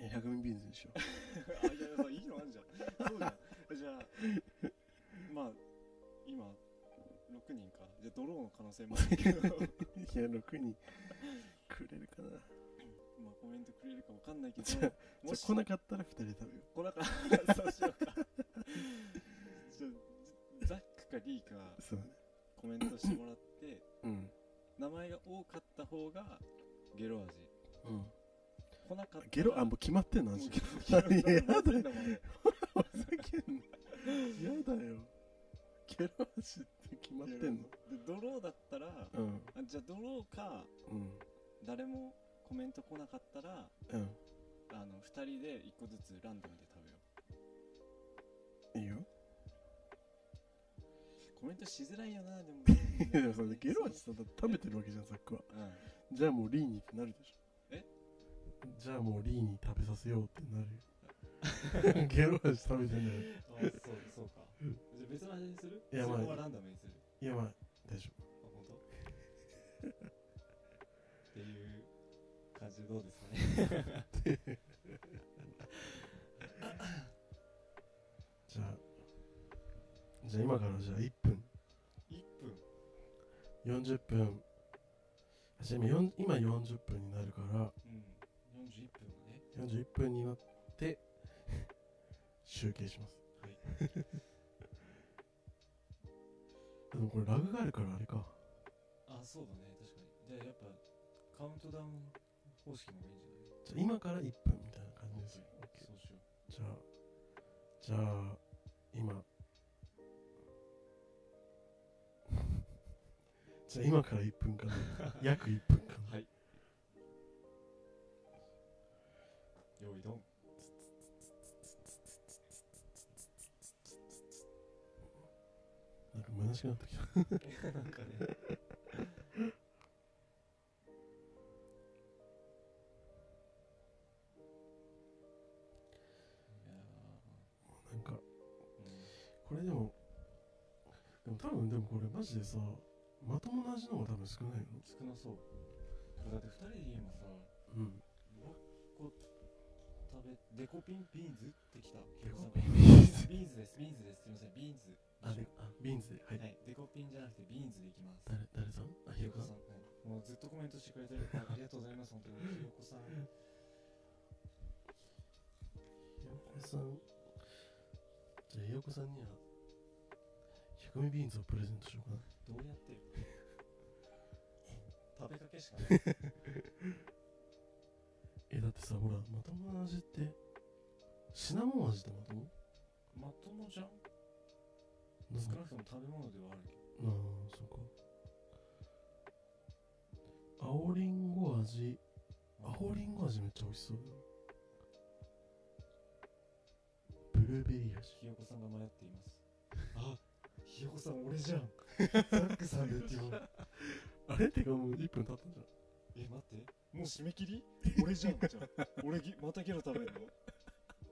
Speaker 3: いや100ミリビーンズでしょ
Speaker 1: あいやいやいいのあんじゃんそうじゃんじゃあまあ今6人かじゃあドローの可能性もあるけ ど
Speaker 3: いや6人くれるかな
Speaker 1: まあコメントくれるかわかんないけ
Speaker 3: じゃ
Speaker 1: ど、
Speaker 3: じゃあ
Speaker 1: もし
Speaker 3: 来なかったら2人食べよ
Speaker 1: 来な かったらそうしようか。じゃあザックかリーか
Speaker 3: うそうだね
Speaker 1: コメントしてもらって、
Speaker 3: うん
Speaker 1: 名前が多かった方がゲロ味。
Speaker 3: うん
Speaker 1: 来なかったら
Speaker 3: ゲロあもう決まってんの
Speaker 1: もう
Speaker 3: 味
Speaker 1: ゲロゲロ
Speaker 3: やだよ
Speaker 1: だもんね
Speaker 3: ふざけんなやだよゲロ味って決まってんの
Speaker 1: ゲロでドローだったら、あ
Speaker 3: うん
Speaker 1: じゃあドローか
Speaker 3: うん
Speaker 1: 誰もコメント来なかったら、
Speaker 3: う
Speaker 1: あの2人で1個ずつランダムで食べよ
Speaker 3: んいいよ
Speaker 1: う。コメントしづらいよな、でも。
Speaker 3: いやでも そのゲロ味さだって食べてるわけじゃんザックは
Speaker 1: うん。
Speaker 3: じゃあもうリーにってなるでしょ
Speaker 1: え
Speaker 3: じゃあもうリーに食べさせようってなるよゲロ味食べてんだよ
Speaker 1: あそうそうか。じゃあ別の味にする
Speaker 3: いや
Speaker 1: そ
Speaker 3: まあ
Speaker 1: こはランダムにする。
Speaker 3: いやばい大丈
Speaker 1: あ、本当っていう感じでどうですかね。
Speaker 3: 夫じゃあじゃあ今からじゃあ1分
Speaker 1: 1分。
Speaker 3: 40分あちなみによん今40分になるから
Speaker 1: うん。41分だね。
Speaker 3: 41分になって集計します
Speaker 1: はい
Speaker 3: でもこれラグがあるからあれか
Speaker 1: あ、そうだね。確かに。じゃあやっぱカウントダウン方式の方がいいんじゃない
Speaker 3: じゃあ今から1分みたいな感じですよ
Speaker 1: そうしよ
Speaker 3: じゃあじゃあ今 じゃあ今から1分間約1分間
Speaker 1: う。はい。用意ドン。
Speaker 3: なんか虚しくなってきた
Speaker 4: なんかね
Speaker 3: なんかこれでもでも多分でもこれマジでさまともな味の方が多分少ないよ
Speaker 1: 少なそうだって2人で今さ
Speaker 3: うん
Speaker 1: 6個食べデコピンビーンズってきた
Speaker 3: デコ
Speaker 1: ピンビーンズビーンズですビーンズですすいませんビーンズ
Speaker 3: あであビーンズではい、
Speaker 1: はいデコピンじゃなくてビーンズでいきます
Speaker 3: 誰誰さんあひ
Speaker 1: ひ
Speaker 3: よ
Speaker 1: よ
Speaker 3: こ
Speaker 1: こ
Speaker 3: さん
Speaker 1: さん、はいもうずっとコメントしてくれてるあありがとうございます本当にひよこさん
Speaker 3: ひよこさんじゃあひよこさんにはひよこみビーンズをプレゼントしようかな
Speaker 1: どうやってよ食べかけしかない
Speaker 3: えだってさほらまともな味ってシナモン味ってまとも
Speaker 1: まともじゃん
Speaker 3: なん
Speaker 1: 少な
Speaker 3: か
Speaker 1: くとも食べ物ではあるけど
Speaker 3: ああそうか青りんご味青りんご味めっちゃ美味しそうだなブルーベリー味
Speaker 1: ひよこさんが迷っていますあひよこさん俺じゃんザックさんでって言う
Speaker 3: あれてかもう1分経ったじ
Speaker 1: え待ってもう締め切り 俺じゃんじゃあ俺ぎまたゲロ食 べるの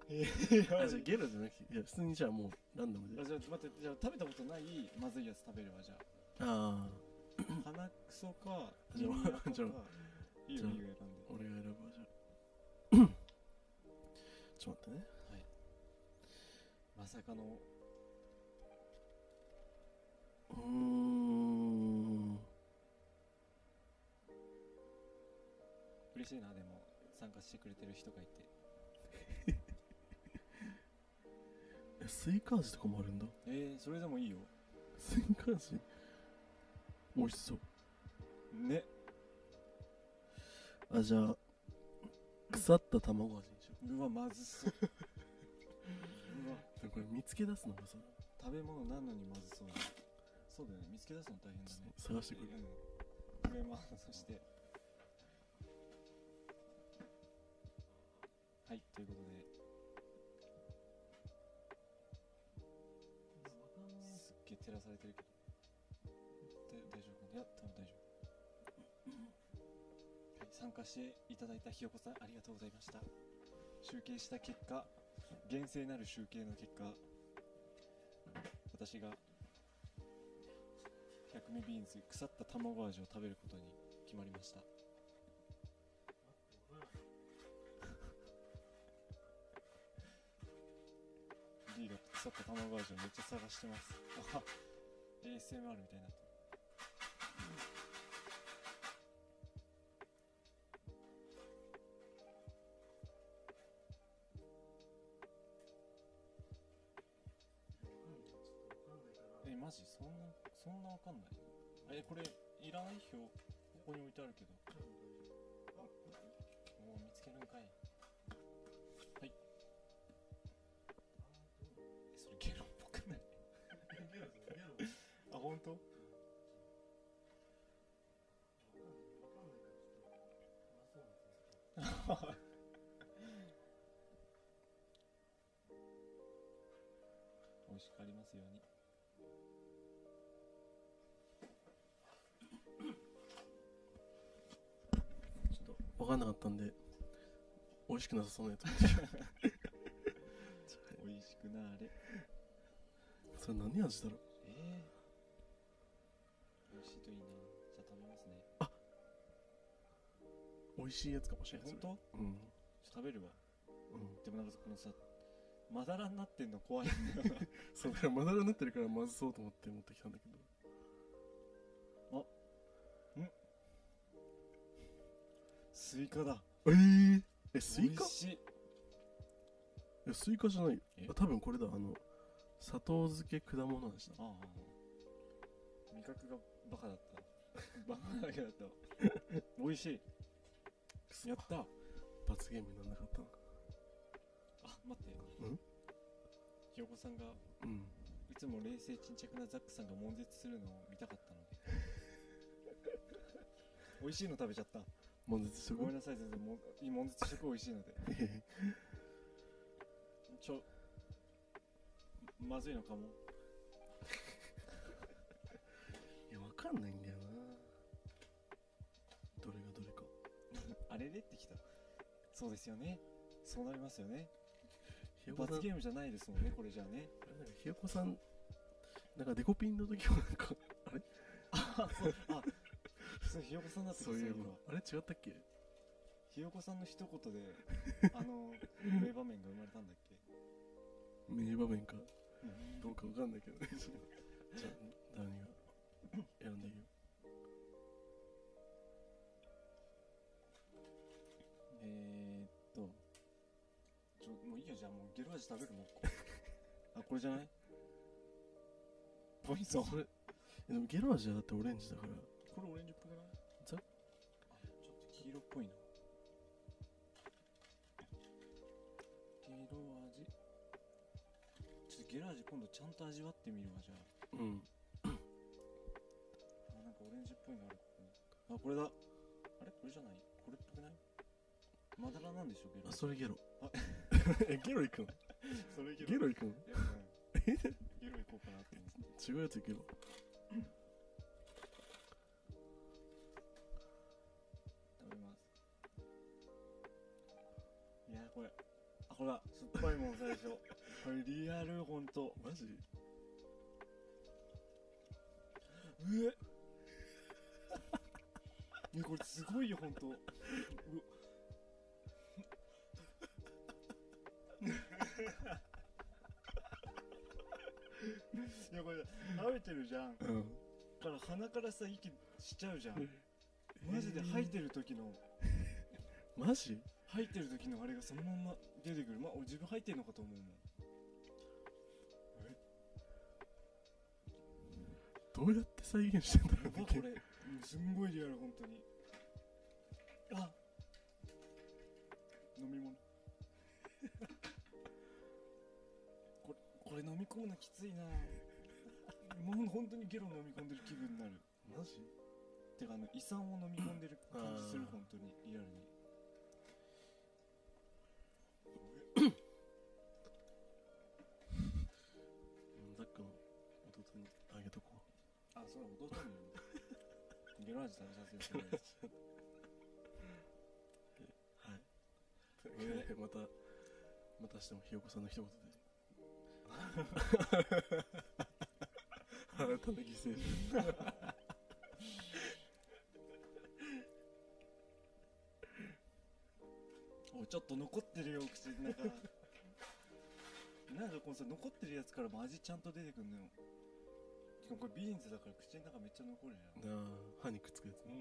Speaker 1: えー、
Speaker 3: ゃん
Speaker 1: や
Speaker 3: あ
Speaker 1: ば
Speaker 3: じゃあ
Speaker 1: い
Speaker 3: ゲロじゃなくていや普通にじゃあもうランダムで
Speaker 1: あじゃあ待ってじゃあ食べたことないまずいやつ食べればじゃあ
Speaker 3: ああ
Speaker 1: 鼻くそか
Speaker 3: じゃあ
Speaker 1: 耳垢か
Speaker 3: じゃあ
Speaker 1: いいよいいよ選んで
Speaker 3: 俺が選ぶわじゃあ ちょっと待ってね
Speaker 1: まさかの
Speaker 3: うーん
Speaker 1: 嬉しいなでも参加してくれてる人がいて
Speaker 3: えスイカ味とかもあるんだ
Speaker 1: えー、それでもいいよ
Speaker 3: スイカ味美味しそう
Speaker 1: ね
Speaker 3: あじゃあ腐った卵味でしょ
Speaker 1: うわまず そううわ
Speaker 3: でもこれ見つけ出すのがさ
Speaker 1: 食べ物なのにまずそうだそうだよね見つけ出すの大変だ
Speaker 3: ちょ
Speaker 1: ね
Speaker 3: っと探してくる
Speaker 1: うんこれもそしてはいということでですっげえ照らされてるけどで大丈夫かないや多分大丈夫はい参加していただいたひよこさんありがとうございました集計した結果厳正なる集計の結果私が百味ビーンズ腐った卵味を食べることに決まりましたリーが腐った卵味をめっちゃ探してますあは ASMR みたいになってえマジそんなそんなわかんないえこれいらない表ここに置いてあるけどもう見つけるんかいはいえそれゲロっぽくないあ本当 美味しくありますように
Speaker 3: ちょっと分かんなかったんで美味しくなさそうなやつ
Speaker 1: 美味しくなあれ
Speaker 3: それ何味だろう
Speaker 1: えー、美味しいといいなじゃあ食べますね
Speaker 3: 美味しいやつかもしれない
Speaker 1: 本
Speaker 3: それ
Speaker 1: 当
Speaker 3: うん
Speaker 1: 食べるわ
Speaker 3: うん
Speaker 1: でもなんかこのさまだらになってんの怖いんだよな
Speaker 3: そうだからまだらになってるからまずそうと思って持ってきたんだけど
Speaker 1: スイカだ
Speaker 3: えー、えスイ
Speaker 1: 美
Speaker 3: カ
Speaker 1: 味しい
Speaker 3: いやスイカじゃないよ
Speaker 1: え
Speaker 3: あ多分これだあの砂糖漬け果物味だ
Speaker 1: ああああ味覚がバカだったバカ だけだったわ美味し
Speaker 3: く
Speaker 1: い
Speaker 3: そ
Speaker 1: やったあ
Speaker 3: 罰ゲームにならなかったな
Speaker 1: 待って
Speaker 3: うん
Speaker 1: ひよこさんがい
Speaker 3: うん
Speaker 1: つも冷静沈着なザックさんが悶絶するのを見たかったので 美味しいの食べちゃった
Speaker 3: 悶絶しと
Speaker 1: ご
Speaker 3: く
Speaker 1: め んなさい先生もん悶絶食美味しいのでちょまずいのかも
Speaker 3: かんないんだよなどれがどれか
Speaker 1: あれれってきたそうですよねそうなりますよね
Speaker 3: ひよこさん
Speaker 1: 罰ゲームじゃないですもんねこれじゃあね
Speaker 3: あれなんかひよこさんなんかデコピンの時もなんか
Speaker 1: あそうあそうひよこさんだった
Speaker 3: そうい
Speaker 1: そうういえば
Speaker 3: のあれ違ったっけ
Speaker 1: ひよこさんの一言であ の名場面が生まれたんだっけ
Speaker 3: 名場面かどうかわかんないけ どねじゃあ何が選んでいいよ
Speaker 1: えー、っとちょもういいよじゃあもうゲロ味食べ るもう一個あこれじゃないポイント
Speaker 3: それえでもゲロ味はだってオレンジだから
Speaker 1: これオレンジっぽくない
Speaker 3: ざ
Speaker 1: あちょっと黄色っぽいなゲロ味ちょっとゲロ味今度ちゃんと味わってみるわじゃあ
Speaker 3: うん
Speaker 1: あなんかオレンジっぽいのあるここにあこれだあれこれじゃないこれっぽくないまだらなんでしょゲロ
Speaker 3: あそれゲロ
Speaker 1: あ
Speaker 3: えゲロいくの
Speaker 1: それゲ
Speaker 3: ゲロいくの
Speaker 1: いやうんゲロいこうかなって思って
Speaker 3: 違うやついくの
Speaker 1: 食べますいやこれあこれだ酸っぱいもん最初これリアルほんと
Speaker 3: マジ
Speaker 1: うえいやこれすごいよほんとうわ いやこれ食べてるじゃん
Speaker 3: うん
Speaker 1: から鼻からさ息しちゃうじゃんマジで吐いてる時の
Speaker 3: マジ
Speaker 1: 入ってる時のあれがそのまんま出てくるまあ俺自分入ってんのかと思うもん
Speaker 3: どうやって再現してんだろう
Speaker 1: うわこ
Speaker 3: ね
Speaker 1: れうんすんごいリアル本当にあ飲み物 これこれ飲み込むのきついなもう本当にゲロ飲み込んでる気分になる
Speaker 3: マジ
Speaker 1: てかあの胃酸を飲み込んでる感じする
Speaker 3: あー
Speaker 1: 本当にリアルに
Speaker 3: うんザックの弟にあげとこ
Speaker 1: あそれ弟に言うのゲロ味食べさせるそれ
Speaker 3: うはいというわけで またまたしてもひよこさんの一言で新たな犠牲者
Speaker 1: おいちょっと残ってるよ口の中なんかこのさ残ってるやつからも味ちゃんと出てくんのよしかもこれビーンズだから口の中めっちゃ残るじゃん
Speaker 3: なあ歯にくっつくやつね
Speaker 1: うん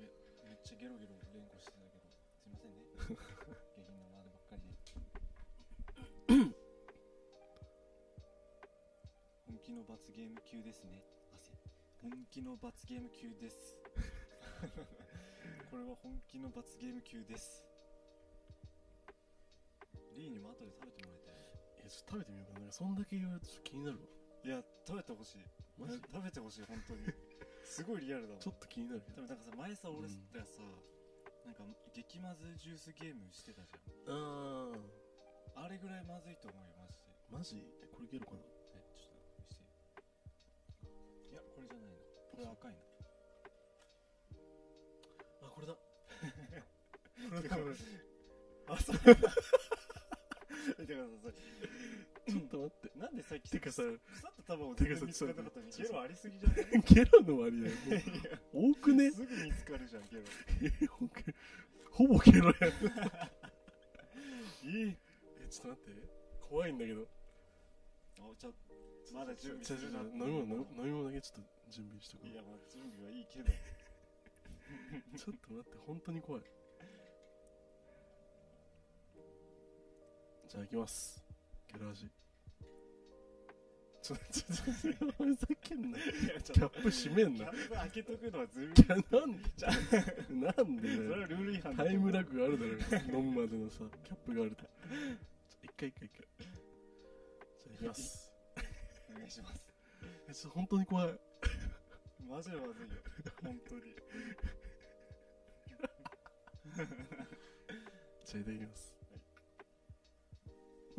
Speaker 1: やべめっちゃゲロゲロ連呼してたけどすいませんね下品なワードばっかりで本気の罰ゲーム級ですね汗本気の罰ゲーム級ですこれは本気の罰ゲーム級ですリーにも後で食べてもらいたい
Speaker 3: えちょっと食べてみようかななんかそんだけ言われるとちょっと気になる
Speaker 1: いや食べてほしい
Speaker 3: わマジ
Speaker 1: 食べてほしい本当にすごいリアルだもん
Speaker 3: ちょっと気になるけ
Speaker 1: で
Speaker 3: ど
Speaker 1: もなんかさ前さ俺
Speaker 3: うん
Speaker 1: らさ、なんか激まずジュースゲームしてたじ
Speaker 3: あー
Speaker 1: ゃんあれぐらいまずいと思うよマジで
Speaker 3: マジえこれゲロかな
Speaker 1: えちょっと見せていやこれじゃないなこれ赤いな
Speaker 3: あこれだ
Speaker 1: れ
Speaker 3: こ
Speaker 1: だこれ あそうだからさ
Speaker 3: ちょっと待って
Speaker 1: なんでさっき
Speaker 3: てかさ
Speaker 1: 腐った卵を
Speaker 3: て
Speaker 1: 全然見
Speaker 3: かさ
Speaker 1: つからなかったのに
Speaker 3: ち
Speaker 1: ゲ
Speaker 3: ょっと
Speaker 1: ロありすぎじゃない
Speaker 3: ゲロの割合もう多く ね
Speaker 1: すぐ見つかるじゃん ゲロ
Speaker 3: ほぼゲロやん いいえちょっと待って怖いんだけど
Speaker 1: あちょまだ準備するな
Speaker 3: ちょちょちょ飲み物飲み飲み物だけちょっと準備しとく
Speaker 1: いやまあ準備はいいけど
Speaker 3: ちょっと待って本当に怖いじゃあ行きますゲロ味ちょちょちょちょ ふざけんなキ
Speaker 1: いやちょ
Speaker 3: ャ
Speaker 1: っと
Speaker 3: ップ閉めん
Speaker 1: キ
Speaker 3: な
Speaker 1: ャップ開けとくのはずるい
Speaker 3: いやなんで
Speaker 1: じゃあ
Speaker 3: なんで
Speaker 1: それ
Speaker 3: だよ
Speaker 1: はルール違反だ
Speaker 3: タイムラグがあるだろ飲むまでのさキャップがあるとちょ一回一回一回じゃあ行きます
Speaker 1: お願いします
Speaker 3: えちょっと本当に怖い
Speaker 1: マジでまずいよ本当に
Speaker 3: じゃあいただきます、う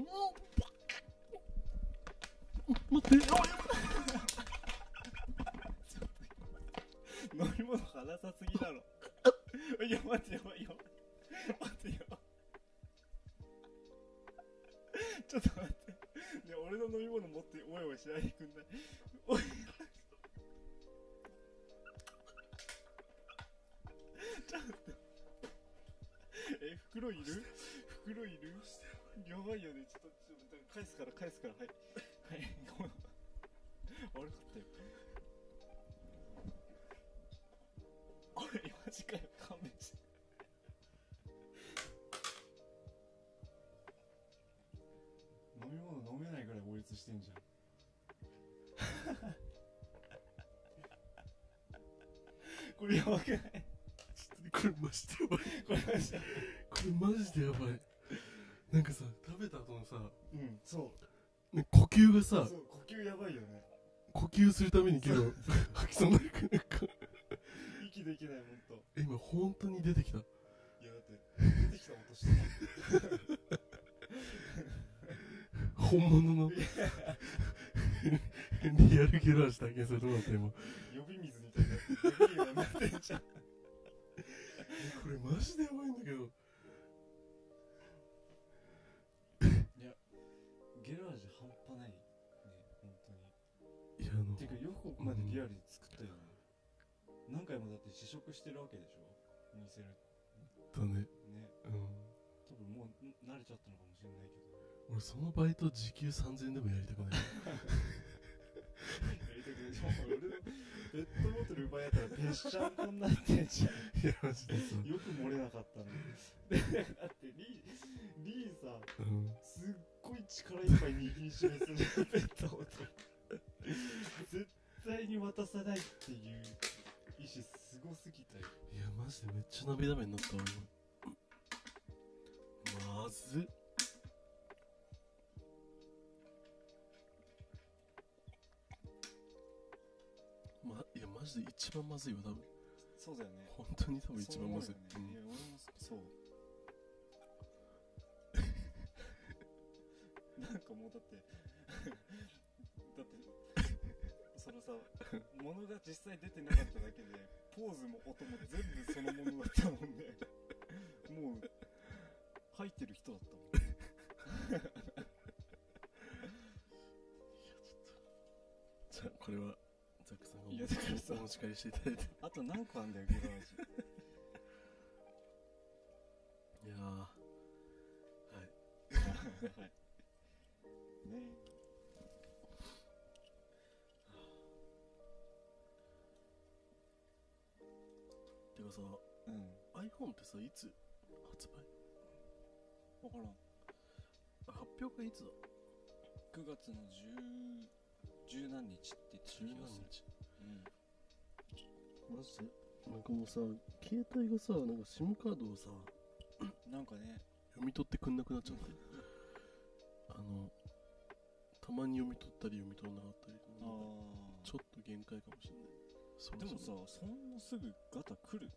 Speaker 3: ん、待っておい
Speaker 4: ダサすぎだろいや待ってやばいやばい待ってやばいちょっと待っていや俺の飲み物持っておいおいしないでくんないおいちょっとえ袋いる袋いるやばいよねちょっとちょっと返すから返すからはいはいごめん悪かったよおいマジかよ勘弁して飲み物飲めないぐらい応立してんじゃんこれやばく
Speaker 3: ち
Speaker 4: ない
Speaker 3: ょっとねこれマジでやばい
Speaker 4: これマジで
Speaker 3: これマジでやばいなんかさ食べた後のさ、
Speaker 4: うんそう
Speaker 3: ね、呼吸がさ
Speaker 4: そう呼吸やばいよね
Speaker 3: 呼吸するためにけど吐きそうになるからなんか
Speaker 4: 息できないほんと
Speaker 3: え今本当に出てきた
Speaker 4: いやだって出てきた音してた
Speaker 3: 本物の リアルゲラージ体験されてもらった今こ
Speaker 4: 呼び水みたいになってる呼び水になってんじゃん
Speaker 3: れマジでやばいんだけど
Speaker 4: ゲラージ半端ないね本当に
Speaker 3: いやあの
Speaker 4: てかよくここまでリアルに作ったよね、何回もだって試食してるわけでしょ似せる
Speaker 3: だね、
Speaker 4: ね
Speaker 3: うん、
Speaker 4: 多分もうん慣れちゃったのかもしれないけど
Speaker 3: 俺そのバイト時給3000円でもやりたくない
Speaker 4: やりたくないしもう俺のペットボトル奪い合ったらぺっしゃんこになってんじゃん
Speaker 3: いやマジでさ、
Speaker 4: よく漏れなかったんだよでだってリーリーさ
Speaker 3: うん、
Speaker 4: すっごい力いっぱい握りしめすんじゃんペットボトル絶対に渡さないっていう意思すごすぎたよ
Speaker 3: いやマジでめっちゃ涙目になったわ今まずっま、いやマジで一番まずいわ多分
Speaker 1: そうだよね
Speaker 3: 本当に多分一番まずい、
Speaker 1: そう思うよねいや俺もそうなんかもうだって だってそのさ物が実際出てなかっただけでポーズも音も全部そのものだったもんねもう入ってる人だったもん
Speaker 3: じゃあこれはザックさんが
Speaker 1: いやだからさ
Speaker 3: お持ち帰りしていただいて
Speaker 1: あと何個あんだよゲラージ
Speaker 3: いやーは
Speaker 1: はいね
Speaker 3: いてかさ
Speaker 1: うん
Speaker 3: iPhone ってさいつ発売
Speaker 1: 分からん
Speaker 3: あ発表がいつだ
Speaker 1: 9月の10十何日って言ってた気がするうん
Speaker 3: マジでなんかもうさ携帯がさなんか SIM カードをさ
Speaker 1: なんかね、
Speaker 3: 読み取ってくんなくなっちゃってあのたまに読み取ったり読み取らなかったり
Speaker 1: あ
Speaker 3: ち
Speaker 1: あ
Speaker 3: ょっと限界かもしれないそろ
Speaker 1: でも
Speaker 3: そ
Speaker 1: さ
Speaker 3: ろ、
Speaker 1: そんなすぐガタ来る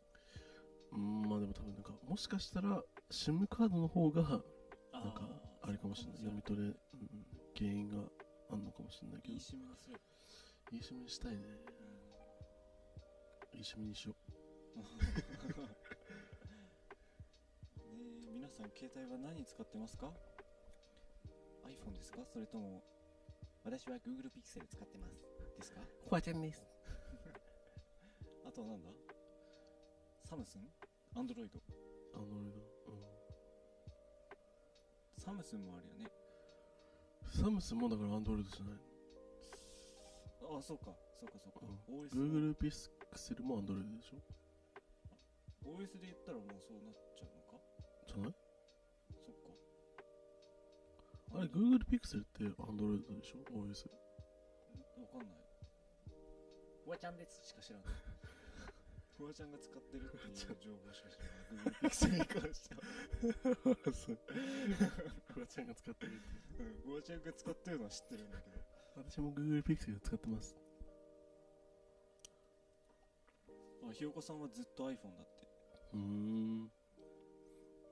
Speaker 3: うんまあでも多分なんかもしかしたら SIM カードの方が
Speaker 1: な
Speaker 3: なんかあれかもしれない読み取れ、うん、原因があんのかもしれないけど
Speaker 1: いい締めにする。
Speaker 3: いい趣味にしたいねいい趣味にしよ
Speaker 1: うんねえ皆さん、携帯は何使ってますか ?iPhone ですかそれとも、私は Google Pixel 使ってます。ですか
Speaker 3: うフワちゃんです
Speaker 1: あとはなんだサムスンアンドロイド
Speaker 3: あの俺が、
Speaker 1: サムスンもあるよね。
Speaker 3: うん、サムスンもだからアンドロイドじゃない
Speaker 1: ああ、そうか、そうか、そうか。OS は
Speaker 3: Google Pixel も Android でしょ
Speaker 1: OS で言ったらもうそうなっちゃうのか
Speaker 3: じゃない
Speaker 1: そっか。
Speaker 3: あれ Google Pixel って Android でしょ ?OS
Speaker 1: わかんない。フワちゃんですしか知らない。 フワちゃんが使ってるっていう情報しか知らない。Google Pixel に関しては。
Speaker 3: そうフワちゃんが使ってる
Speaker 1: うんフワちゃんが使ってるのは知ってるんだけど。
Speaker 3: 私も Google Pixel 使ってます
Speaker 1: あ、ひよこさんはずっと iPhone だって。
Speaker 3: うーん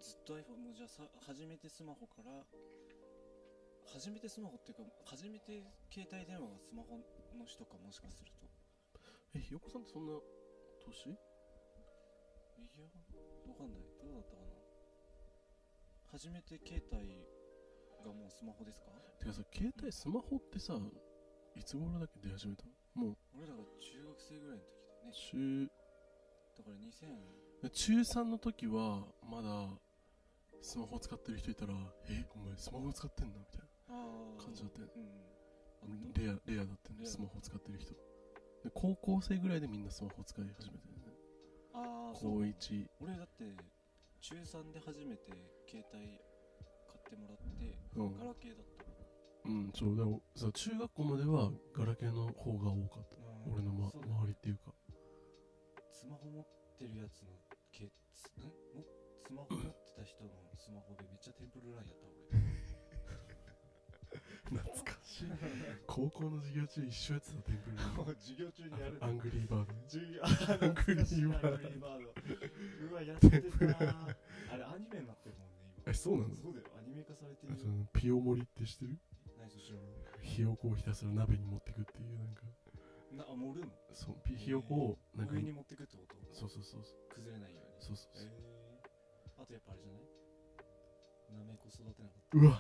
Speaker 1: ずっと iPhone、もうじゃあさ、初めてスマホから、初めてスマホっていうか、初めて携帯電話がスマホの人かもしかすると。
Speaker 3: えひよこさんってそんな年
Speaker 1: いやわかんないどうだったかな初めて携帯がもうスマホですか
Speaker 3: てかさ携帯スマホってさいつ頃だっけ出始めたもう
Speaker 1: 俺らが中学生ぐらいの時だよね
Speaker 3: 中
Speaker 1: だから2000
Speaker 3: 中3の時はまだスマホ使ってる人いたらえお前スマホ使ってんだみたい
Speaker 1: あ
Speaker 3: な感じだったよね
Speaker 1: うんあった
Speaker 3: レアレアだった
Speaker 1: レ
Speaker 3: よね
Speaker 1: ア
Speaker 3: スマホ使ってる人で高校生ぐらいでみんなスマホ使い始めたよね
Speaker 1: あー
Speaker 3: 高1
Speaker 1: 俺だって中3で初めて携帯買ってもらって
Speaker 3: うん
Speaker 1: ガラケーだった
Speaker 3: うんそうでもさ中学校まではガラケーの方が多かった俺の、ま、
Speaker 1: そう
Speaker 3: 周りっていうか
Speaker 1: スマホ持ってるやつのけつんもスマホ持ってた人のスマホでめっちゃテンプルラインやった俺
Speaker 3: 懐か しい高校の授業中一緒やってたテンプルの
Speaker 4: 授業中にやる
Speaker 3: アングリーバード
Speaker 4: 授業あ懐かしいな
Speaker 3: グリーバード
Speaker 4: グリーバードうわやってたなあれアニメ になってるもんね今
Speaker 3: えそうなの
Speaker 4: そうだよアニメ化されて
Speaker 3: あ
Speaker 4: る
Speaker 3: そ
Speaker 4: よ
Speaker 3: のピオモリって知ってる
Speaker 1: 何それ知ら
Speaker 3: ひよこをひたすら鍋に持ってくっていうなんか
Speaker 1: ないなあ盛るの
Speaker 3: そうピひよこをなんか
Speaker 1: 上に持ってくってこと
Speaker 3: そうそうそうそう
Speaker 1: 崩れないように
Speaker 3: そうそうそう
Speaker 1: えー、あとやっぱあれじゃないなめこ育てなかっ
Speaker 3: う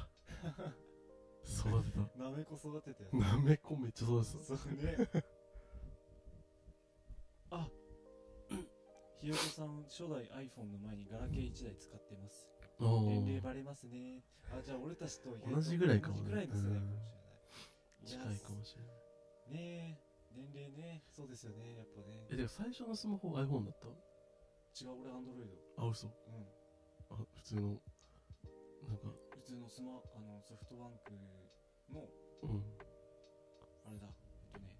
Speaker 3: わ育てた
Speaker 1: たなめこ育てたや
Speaker 3: なめこめっちゃ育て
Speaker 1: つそうねあひよこさん初代 iPhone の前にガラケー1台使ってます
Speaker 3: たああ
Speaker 1: 年齢バレますねあじゃあ俺たちと意外と
Speaker 3: 同じぐらいかもね
Speaker 1: 同じぐらいの世代かもしれ
Speaker 3: 近
Speaker 1: ない
Speaker 3: いかもしれない
Speaker 1: いやねえ年齢ねそうですよねやっぱね
Speaker 3: えでも最初のスマホ iPhone だった
Speaker 1: 違う俺アンドロイド
Speaker 3: あ嘘
Speaker 1: うん
Speaker 3: あ普通のなんか
Speaker 1: 普通のスマあのソフトバンクの
Speaker 3: うん
Speaker 1: あれだえっとね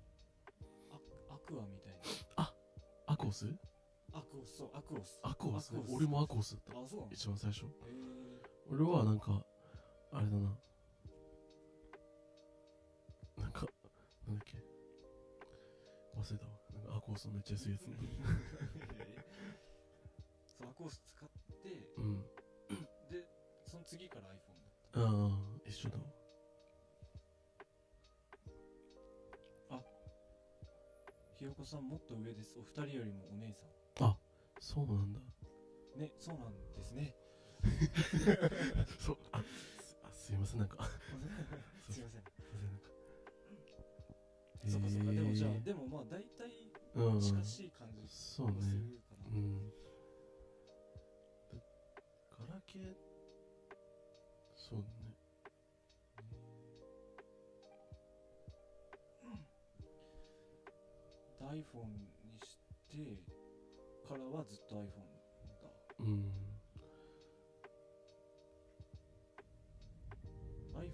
Speaker 1: アアクアみたい
Speaker 3: アクオス
Speaker 1: なアクオスそうアクオス
Speaker 3: アクオス
Speaker 1: アクオス
Speaker 3: 俺もアクオスだった
Speaker 1: あそうなのへ
Speaker 3: 一番最初
Speaker 1: え
Speaker 3: 俺はなんかあれだななんかなんだっけ忘れたわなんかアコースのめっちゃ安いやつ
Speaker 1: そうアクオス使って
Speaker 3: うん
Speaker 1: でその次から iPhone だっ
Speaker 3: ああ一緒だわ
Speaker 1: たひよこさんもっと上ですお二人よりもお姉さん
Speaker 3: そうなんだ
Speaker 1: ねそうなんです ね
Speaker 3: そうあすあすいませんなんかそう
Speaker 1: すいません
Speaker 3: すいませんなんか
Speaker 1: そうかそうか、でもじゃあ
Speaker 3: へ、
Speaker 1: でもまあ大体
Speaker 3: えうん
Speaker 1: 近しい感じ
Speaker 3: そう
Speaker 1: は
Speaker 3: ね
Speaker 1: するかな。
Speaker 3: うんガラケーそうだね
Speaker 1: で iPhone にしてからはずっと iPhone だ。
Speaker 3: うん
Speaker 1: iPhone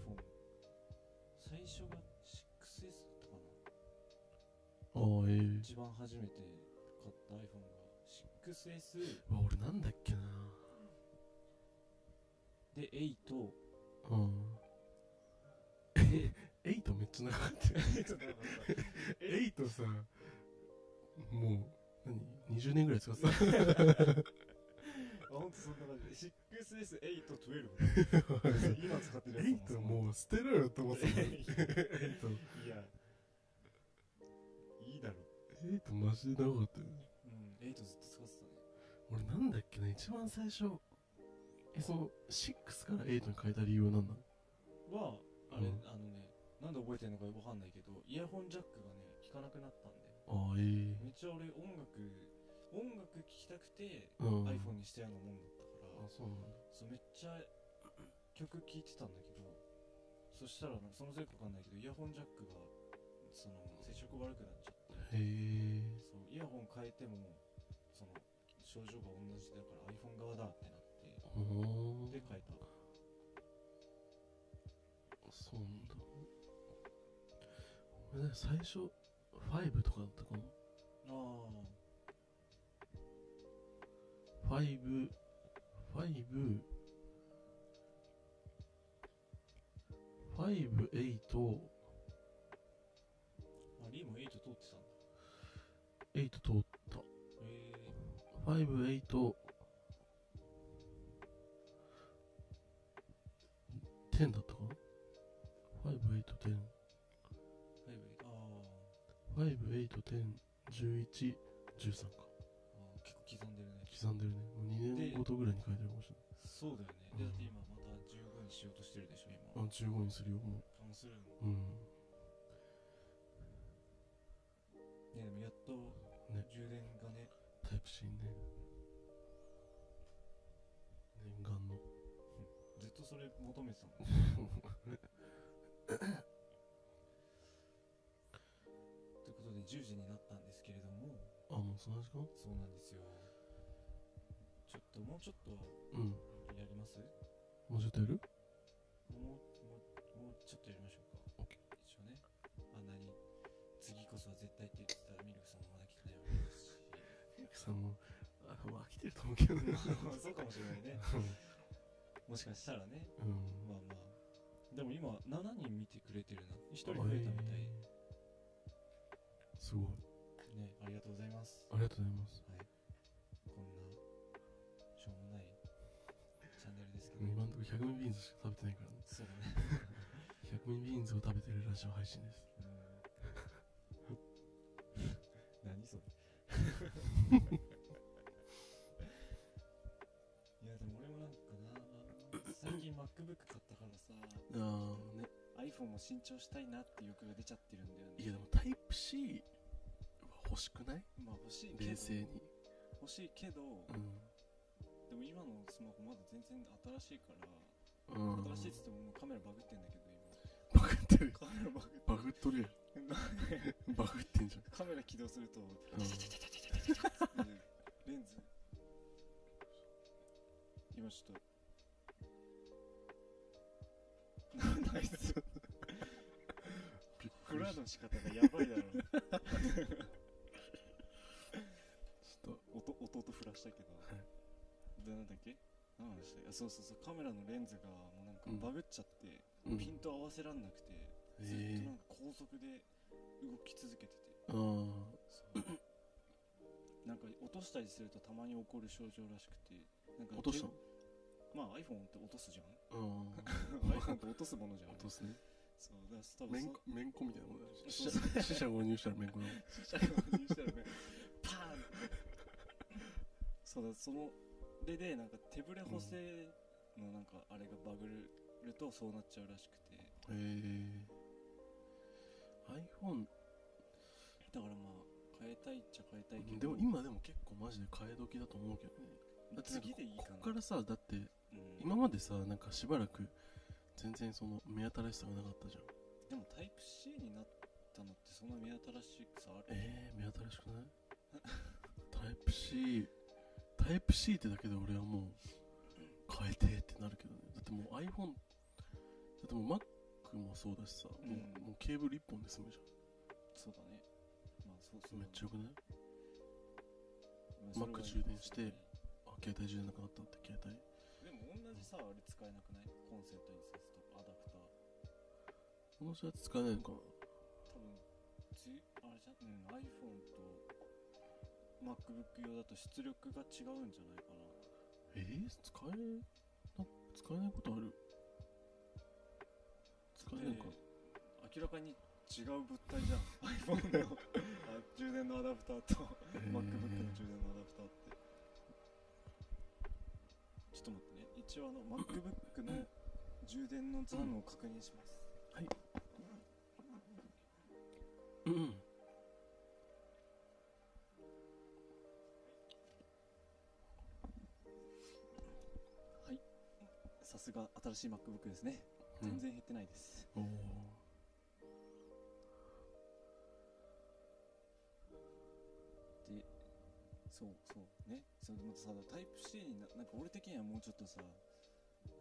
Speaker 1: 最初が 6S だったかな。
Speaker 3: ああええ
Speaker 1: 一番初めて買った iPhone が 6S
Speaker 3: うわ俺なんだっけな
Speaker 1: で8。
Speaker 3: うん
Speaker 1: で、
Speaker 3: エイトめっちゃ長か ったよエイトさもう何20年ぐらい使ってた
Speaker 1: あ、ほんとそんな感じ。
Speaker 4: 6S、8、12今使ってるやつ
Speaker 3: エイトもう捨てろよと思ってたエイト
Speaker 4: いやいいだろ
Speaker 3: エイトマジで長かったよ
Speaker 1: うん、8ずっと使ってたね。
Speaker 3: 俺なんだっけな一番最初えその6からエイトに変えた理由は何なの
Speaker 1: は、あれ、
Speaker 3: うん
Speaker 1: あのね、なんで覚えてるのかわかんないけど、イヤホンジャックがね、効かなくなったんで。
Speaker 3: ああえ
Speaker 1: めっちゃ俺音楽音楽聴きたくて
Speaker 3: えうん
Speaker 1: iPhone にしたようなもんだったから
Speaker 3: あそうなんだ
Speaker 1: そうめっちゃ曲聴いてたんだけどそしたらなんかそのせいかわかんないけどイヤホンジャックがその接触悪くなっちゃって
Speaker 3: へえ
Speaker 1: そうイヤホン変えてもその症状が同じだから iPhone 側だってなって
Speaker 3: ほー
Speaker 1: で変えた
Speaker 3: そうなんだ俺ね最初5とかだったかな
Speaker 1: ああ
Speaker 3: ファイブ、ファイブ、ファイブ、エイト、
Speaker 1: あリーも8通ってたんだ
Speaker 3: エイトと、
Speaker 1: へえ
Speaker 3: ファイブ、エイト、テンだったかなファイブ、エイト、テン、
Speaker 1: 5あー
Speaker 3: ファイブ、エイト、テン、十一、十三か。
Speaker 1: あー結構刻んでるね
Speaker 3: 刻刻んでるねもう2年
Speaker 4: で
Speaker 3: ごとぐらいに書いてるかもしれ
Speaker 4: そうだよねでだって今また15にしようとしてるでしょ
Speaker 3: ない
Speaker 4: 今
Speaker 3: あ15にするよも
Speaker 4: あもうするの
Speaker 3: ううん
Speaker 4: ねでもやっと
Speaker 3: ね
Speaker 4: 充電がね
Speaker 3: タイプ C ね念願の
Speaker 4: ずっとそれ求めてた もんということで10時になったんですけれども
Speaker 3: あもうそんな時間
Speaker 4: そうなんですよちょっともうちょっと
Speaker 3: うん
Speaker 4: やります
Speaker 3: もうちょっとやる
Speaker 4: もうもうもうちょっとやりましょうか
Speaker 3: オッケ
Speaker 4: 一応ねあんなに次こそは絶対って言ってたらミルクさんもまだ来てないわけですし
Speaker 3: さんもあもう飽きてると思うけどね
Speaker 4: まあそうかもしれないねもしかしたらね
Speaker 3: うん
Speaker 4: まあまあでも今7人見てくれてるな1人増えたみたい
Speaker 3: えーすごい
Speaker 4: ねありがとうございます
Speaker 3: ありがとうございます
Speaker 4: はいこんなしょうもないチャンネルですけど、
Speaker 3: 今のところ100ミリビーンズしか食べてないからね
Speaker 4: そうだね
Speaker 3: 100ミリビーンズを食べてるラジオ配信です
Speaker 4: うん 何それ いやでも俺もなんかな最近 MacBook 買ったからさ
Speaker 3: ああね
Speaker 1: iPhone も新調したいなって欲が出ちゃってるんだよね
Speaker 3: いやでもタイプ C は欲しくない
Speaker 1: まあ欲しいけ
Speaker 3: 冷
Speaker 1: ど
Speaker 3: 静に
Speaker 1: 欲しいけど、でも今のスマホまだ全然新しいから、
Speaker 3: うんうん
Speaker 1: 新しいっつってももうカメラバグってんだけど
Speaker 3: バグってる
Speaker 1: 今カメラバグ
Speaker 3: バグっとるや んバグってんじ
Speaker 1: カメラ起動すると
Speaker 3: ゃん、うん、
Speaker 1: レンズ今ちょっ とナイス
Speaker 3: びっ
Speaker 1: フ
Speaker 3: くり
Speaker 1: ラ
Speaker 3: したちょ
Speaker 1: の仕方がやばいだろ
Speaker 3: っと
Speaker 1: 弟弟フラしたけど
Speaker 3: はい
Speaker 1: でなんだっけ何の話したっけあそうそうそうカメラのレンズがもうなんか
Speaker 3: うん
Speaker 1: バグっちゃって、
Speaker 3: うん
Speaker 1: ピント合わせらんなくて、
Speaker 3: え
Speaker 1: ずっと
Speaker 3: え
Speaker 1: なんか高速で動き続けてて
Speaker 3: ー、あ
Speaker 1: なんか落としたりするとたまに起こる症状らしくてなんか
Speaker 3: あ落としたの
Speaker 1: まあ iPhone って落とす じゃん
Speaker 3: うん
Speaker 1: iPhone って落とすものじゃん
Speaker 3: 落と すね
Speaker 1: そうだから多分
Speaker 3: めん
Speaker 1: そ
Speaker 3: こめんこみたいなもんだ よ
Speaker 1: そう
Speaker 3: 死者死者購入したらめんこだもん
Speaker 1: ちっちゃい感じにしたらねパーンってそうだそのででなんか手ぶれ補正のなんかあれがバグるとそうなっちゃうらしくて
Speaker 3: えー、iPhone
Speaker 1: だからまあ変えたいっちゃ変えたいけ
Speaker 3: で
Speaker 1: ど
Speaker 3: も今でも結構マジで替え時だと思うけどねだってなんか
Speaker 1: 次でいいか
Speaker 3: こ
Speaker 1: な
Speaker 3: こからさだって
Speaker 1: うん
Speaker 3: 今までさなんかしばらく全然その目新しさがなかったじゃん
Speaker 1: でもタイプ C になったのってそんな目新しさある
Speaker 3: えー、目新しくない タイプ C タイプ C ってだけで俺はもう変えてってなるけどねだってもう iPhone だってもう Mac もそうだしさ、も
Speaker 1: うん
Speaker 3: うもうケーブル1本で済むじ
Speaker 1: そうだねまあそう
Speaker 3: ゃ
Speaker 1: そ
Speaker 3: ん
Speaker 1: う
Speaker 3: めっちゃよくない
Speaker 1: まあそれは
Speaker 3: Mac 充電してあ携帯充電なくなったって携帯
Speaker 1: でも同じさあれ使えなくないコンセントに挿すとアダプター
Speaker 3: この人は使えないのかな
Speaker 1: 多分つあれじゃん、うん、iPhone と MacBook 用だと出力が違うんじゃないかな
Speaker 3: えー、使えな使えないことある使えないのか、
Speaker 1: で明らかに違う物体じゃん iPhone のあ充電のアダプターと MacBook の充電のアダプターってちょっと待ってね一応あの MacBook の充電の残を確認します
Speaker 3: うんうん
Speaker 1: さすが新しい MacBook ですね全然減ってないです、
Speaker 3: おー
Speaker 1: でそうそうねそれでまたさタイプ C にななんか俺的にはもうちょっとさ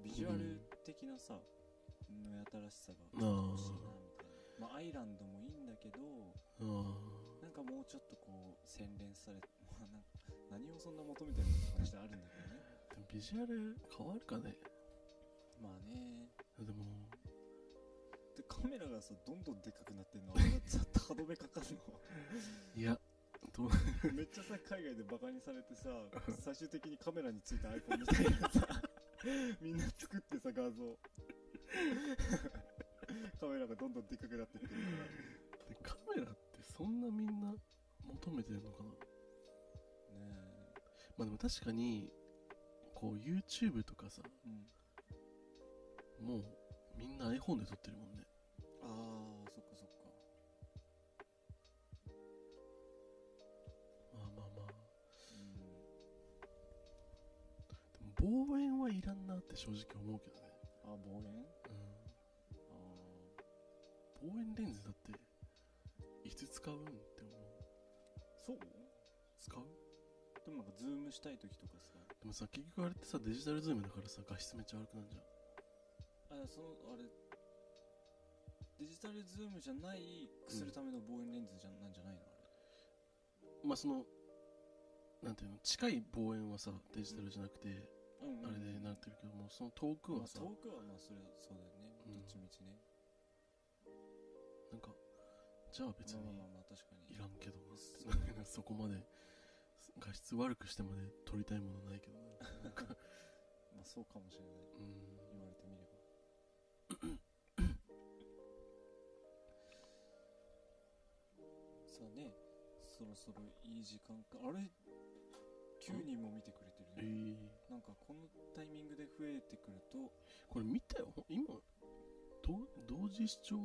Speaker 1: ビジュアル的なさ、のやたらしさが
Speaker 3: なあ
Speaker 1: 欲しいなみたいなまあアイランドもいいんだけど
Speaker 3: あー
Speaker 1: なんかもうちょっとこう洗練されまあなんか何をそんな求めてるのって感じであるんだけどね
Speaker 3: でもビジュアル変わるかね
Speaker 1: まあね
Speaker 3: でも
Speaker 1: でカメラがさどんどんでかくなってんのあれがちょっと歯止めかかんの
Speaker 3: いやどう
Speaker 1: めっちゃさ海外でバカにされてさ最終的にカメラについた iPhone みたいなさみんな作ってさ画像カメラがどんどんでっかくなってってる
Speaker 3: カメラってそんなみんな求めてるのかな
Speaker 1: ねえ
Speaker 3: まあでも確かにこう YouTube とかさ
Speaker 1: うん
Speaker 3: もうみんな iPhone で撮ってるもんね
Speaker 1: ああそっかそっか
Speaker 3: まあまあまあ
Speaker 1: うん
Speaker 3: でも望遠はいらんなって正直思うけどね、
Speaker 1: あ望遠あー
Speaker 3: うん、望遠レンズだっていつ使うんって
Speaker 1: そ
Speaker 3: 思う
Speaker 1: う
Speaker 3: 使う
Speaker 1: でもなんかズームしたい時とかさ
Speaker 3: でもさ結局あれってさデジタルズームだからさ画質めっちゃ悪くなるじゃん
Speaker 1: あそのあれデジタルズームじゃないくするための望遠レンズじゃ、ん、なんじゃないのあれ
Speaker 3: まあそのなんていうの近い望遠はさデジタルじゃなくて、
Speaker 1: うんうん
Speaker 3: あれでなってるけどもその遠く
Speaker 1: ま
Speaker 3: は
Speaker 1: あ、
Speaker 3: さ、
Speaker 1: 遠くはまあそれはそうだよね、
Speaker 3: うん
Speaker 1: どっちみちね
Speaker 3: なんかじゃあ別に
Speaker 1: まあまあまあまあ確かに
Speaker 3: いらんけどな
Speaker 1: そ
Speaker 3: ってそこまで画質悪くしてまで撮りたいものないけどななんか
Speaker 1: まあそうかもしれない
Speaker 3: うん
Speaker 1: 言われてみればさあねそろそろいい時間かあれ9人も見てくれて
Speaker 3: え
Speaker 1: るね
Speaker 3: ー、
Speaker 1: なんかこのタイミングで増えてくると
Speaker 3: これ見たよほん今ど同時視聴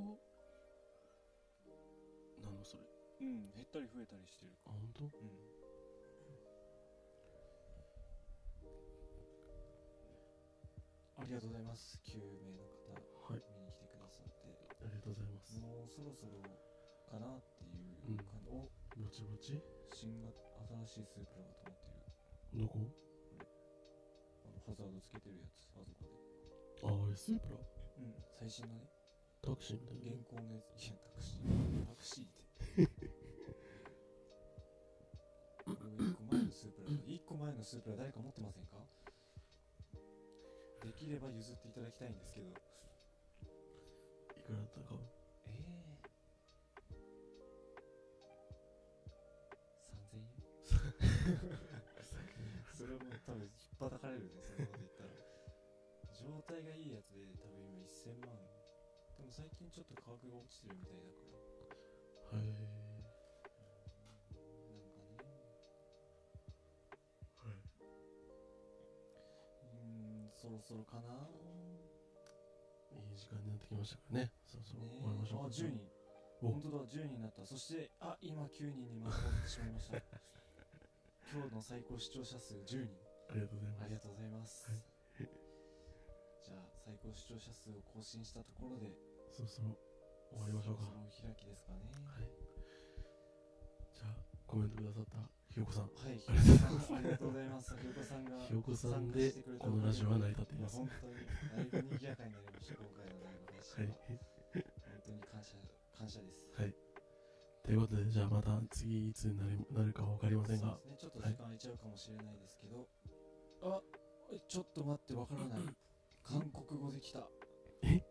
Speaker 3: なのそれ
Speaker 1: うん減ったり増えたりしてる
Speaker 3: あ本当
Speaker 1: うんありがとうございます9名の方
Speaker 3: はい
Speaker 1: 見に来てくださって
Speaker 3: ありがとうございます
Speaker 1: もうそろそろかなっていう
Speaker 3: うん
Speaker 1: 感じ、お
Speaker 3: ぼちぼち
Speaker 1: 新型新しいスープラが止まってる
Speaker 3: どこ
Speaker 1: あのハザードつけてるやつあそこで
Speaker 3: ああれスープラ
Speaker 1: うん最新のね
Speaker 3: タクシーみたいな
Speaker 1: 現行のやついやタクシータクシーってこれを1個前のスープラ1個前のスープラ誰か持ってませんかできれば譲っていただきたいんですけど
Speaker 3: いくらだったか
Speaker 1: ええ3000円それはもう多分引っ張たかれるねそんなこと言ったら状態がいいやつで多分今1000万でも最近ちょっと価格が落ちてるみたいだから
Speaker 3: はい
Speaker 1: なんかね
Speaker 3: は
Speaker 1: ー
Speaker 3: いう
Speaker 1: んそろそろかない
Speaker 3: い時間になってきましたからねそろそろ
Speaker 1: ね
Speaker 3: 終わりましょう
Speaker 1: あ
Speaker 3: か
Speaker 1: 10人
Speaker 3: お
Speaker 1: 本当だ10人になったそしてあ今9人にまとまってしまいました 今日の最高視聴者数10人
Speaker 3: ありがとうござい
Speaker 1: あ
Speaker 3: ま
Speaker 1: りが
Speaker 3: す
Speaker 1: とうございます。じゃあ最高視聴者数を更新したところで
Speaker 3: そろそろ終わりましょうか
Speaker 1: そろそろお開きですかね。
Speaker 3: はいじゃあコメントくださったひよこさん
Speaker 1: はい、ひよこさんありがとうございます。ひよこさんが
Speaker 3: ひよこさん
Speaker 1: 参加
Speaker 3: で
Speaker 1: してくれた
Speaker 3: このラジオは成り立ってい
Speaker 1: いや
Speaker 3: ますは
Speaker 1: 本当にだいぶ賑やかになりました今回のライブ配信
Speaker 3: い
Speaker 1: は、本当に感謝感謝です。
Speaker 3: はいということでじゃあまた次いつになるなるか分かりま
Speaker 1: そうで
Speaker 3: せ
Speaker 1: す
Speaker 3: んが
Speaker 1: ねちょっと時間空いちゃうかもしれないですけど、あちょっと待ってわからない韓国語できた
Speaker 3: え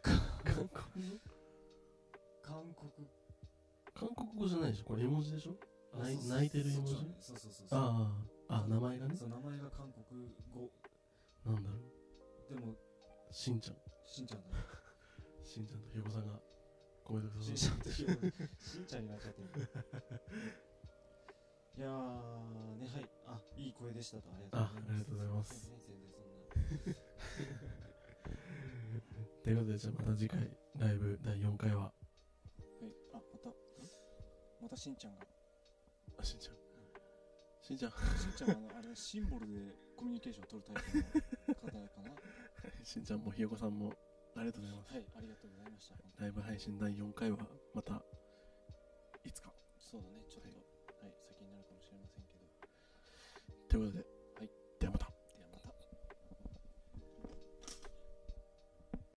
Speaker 1: 韓国語韓国
Speaker 3: 韓国語じゃないでしょこれ絵文字でしょ
Speaker 1: あ
Speaker 3: 泣
Speaker 1: そ
Speaker 3: い
Speaker 1: うそう
Speaker 3: 泣いてる絵
Speaker 1: そ
Speaker 3: 文
Speaker 1: っち
Speaker 3: 字
Speaker 1: のねそうそうそうそう
Speaker 3: あああ名前がね
Speaker 1: そう名前が韓国語
Speaker 3: なんだろう
Speaker 1: でも
Speaker 3: しんちゃん
Speaker 1: しんちゃんだね
Speaker 3: しんちゃんとひよこさんがコメントくださ
Speaker 1: し
Speaker 3: っ
Speaker 1: ん
Speaker 3: て
Speaker 1: ちゃんって言うのにしんちゃんになっちゃってるいやーねはいあいい声でしたとありがとう
Speaker 3: あありがとうございますす
Speaker 1: いませんね全然そんな
Speaker 3: ということでじゃあまた次回ライブ第4回は
Speaker 1: はい、あ、また、またしんちゃんが、
Speaker 3: あしんちゃんしんちゃん
Speaker 1: しんちゃんはあのあれシンボルでコミュニケーションを取るタイプの方かな。は
Speaker 3: しんちゃんもひよこさんもありがとうございます
Speaker 1: い、ありがとうございました。
Speaker 3: ライブ配信第4回はまたいつか
Speaker 1: そうだね、ちょっと、はい、先になるかもしれませんけど。
Speaker 3: ということで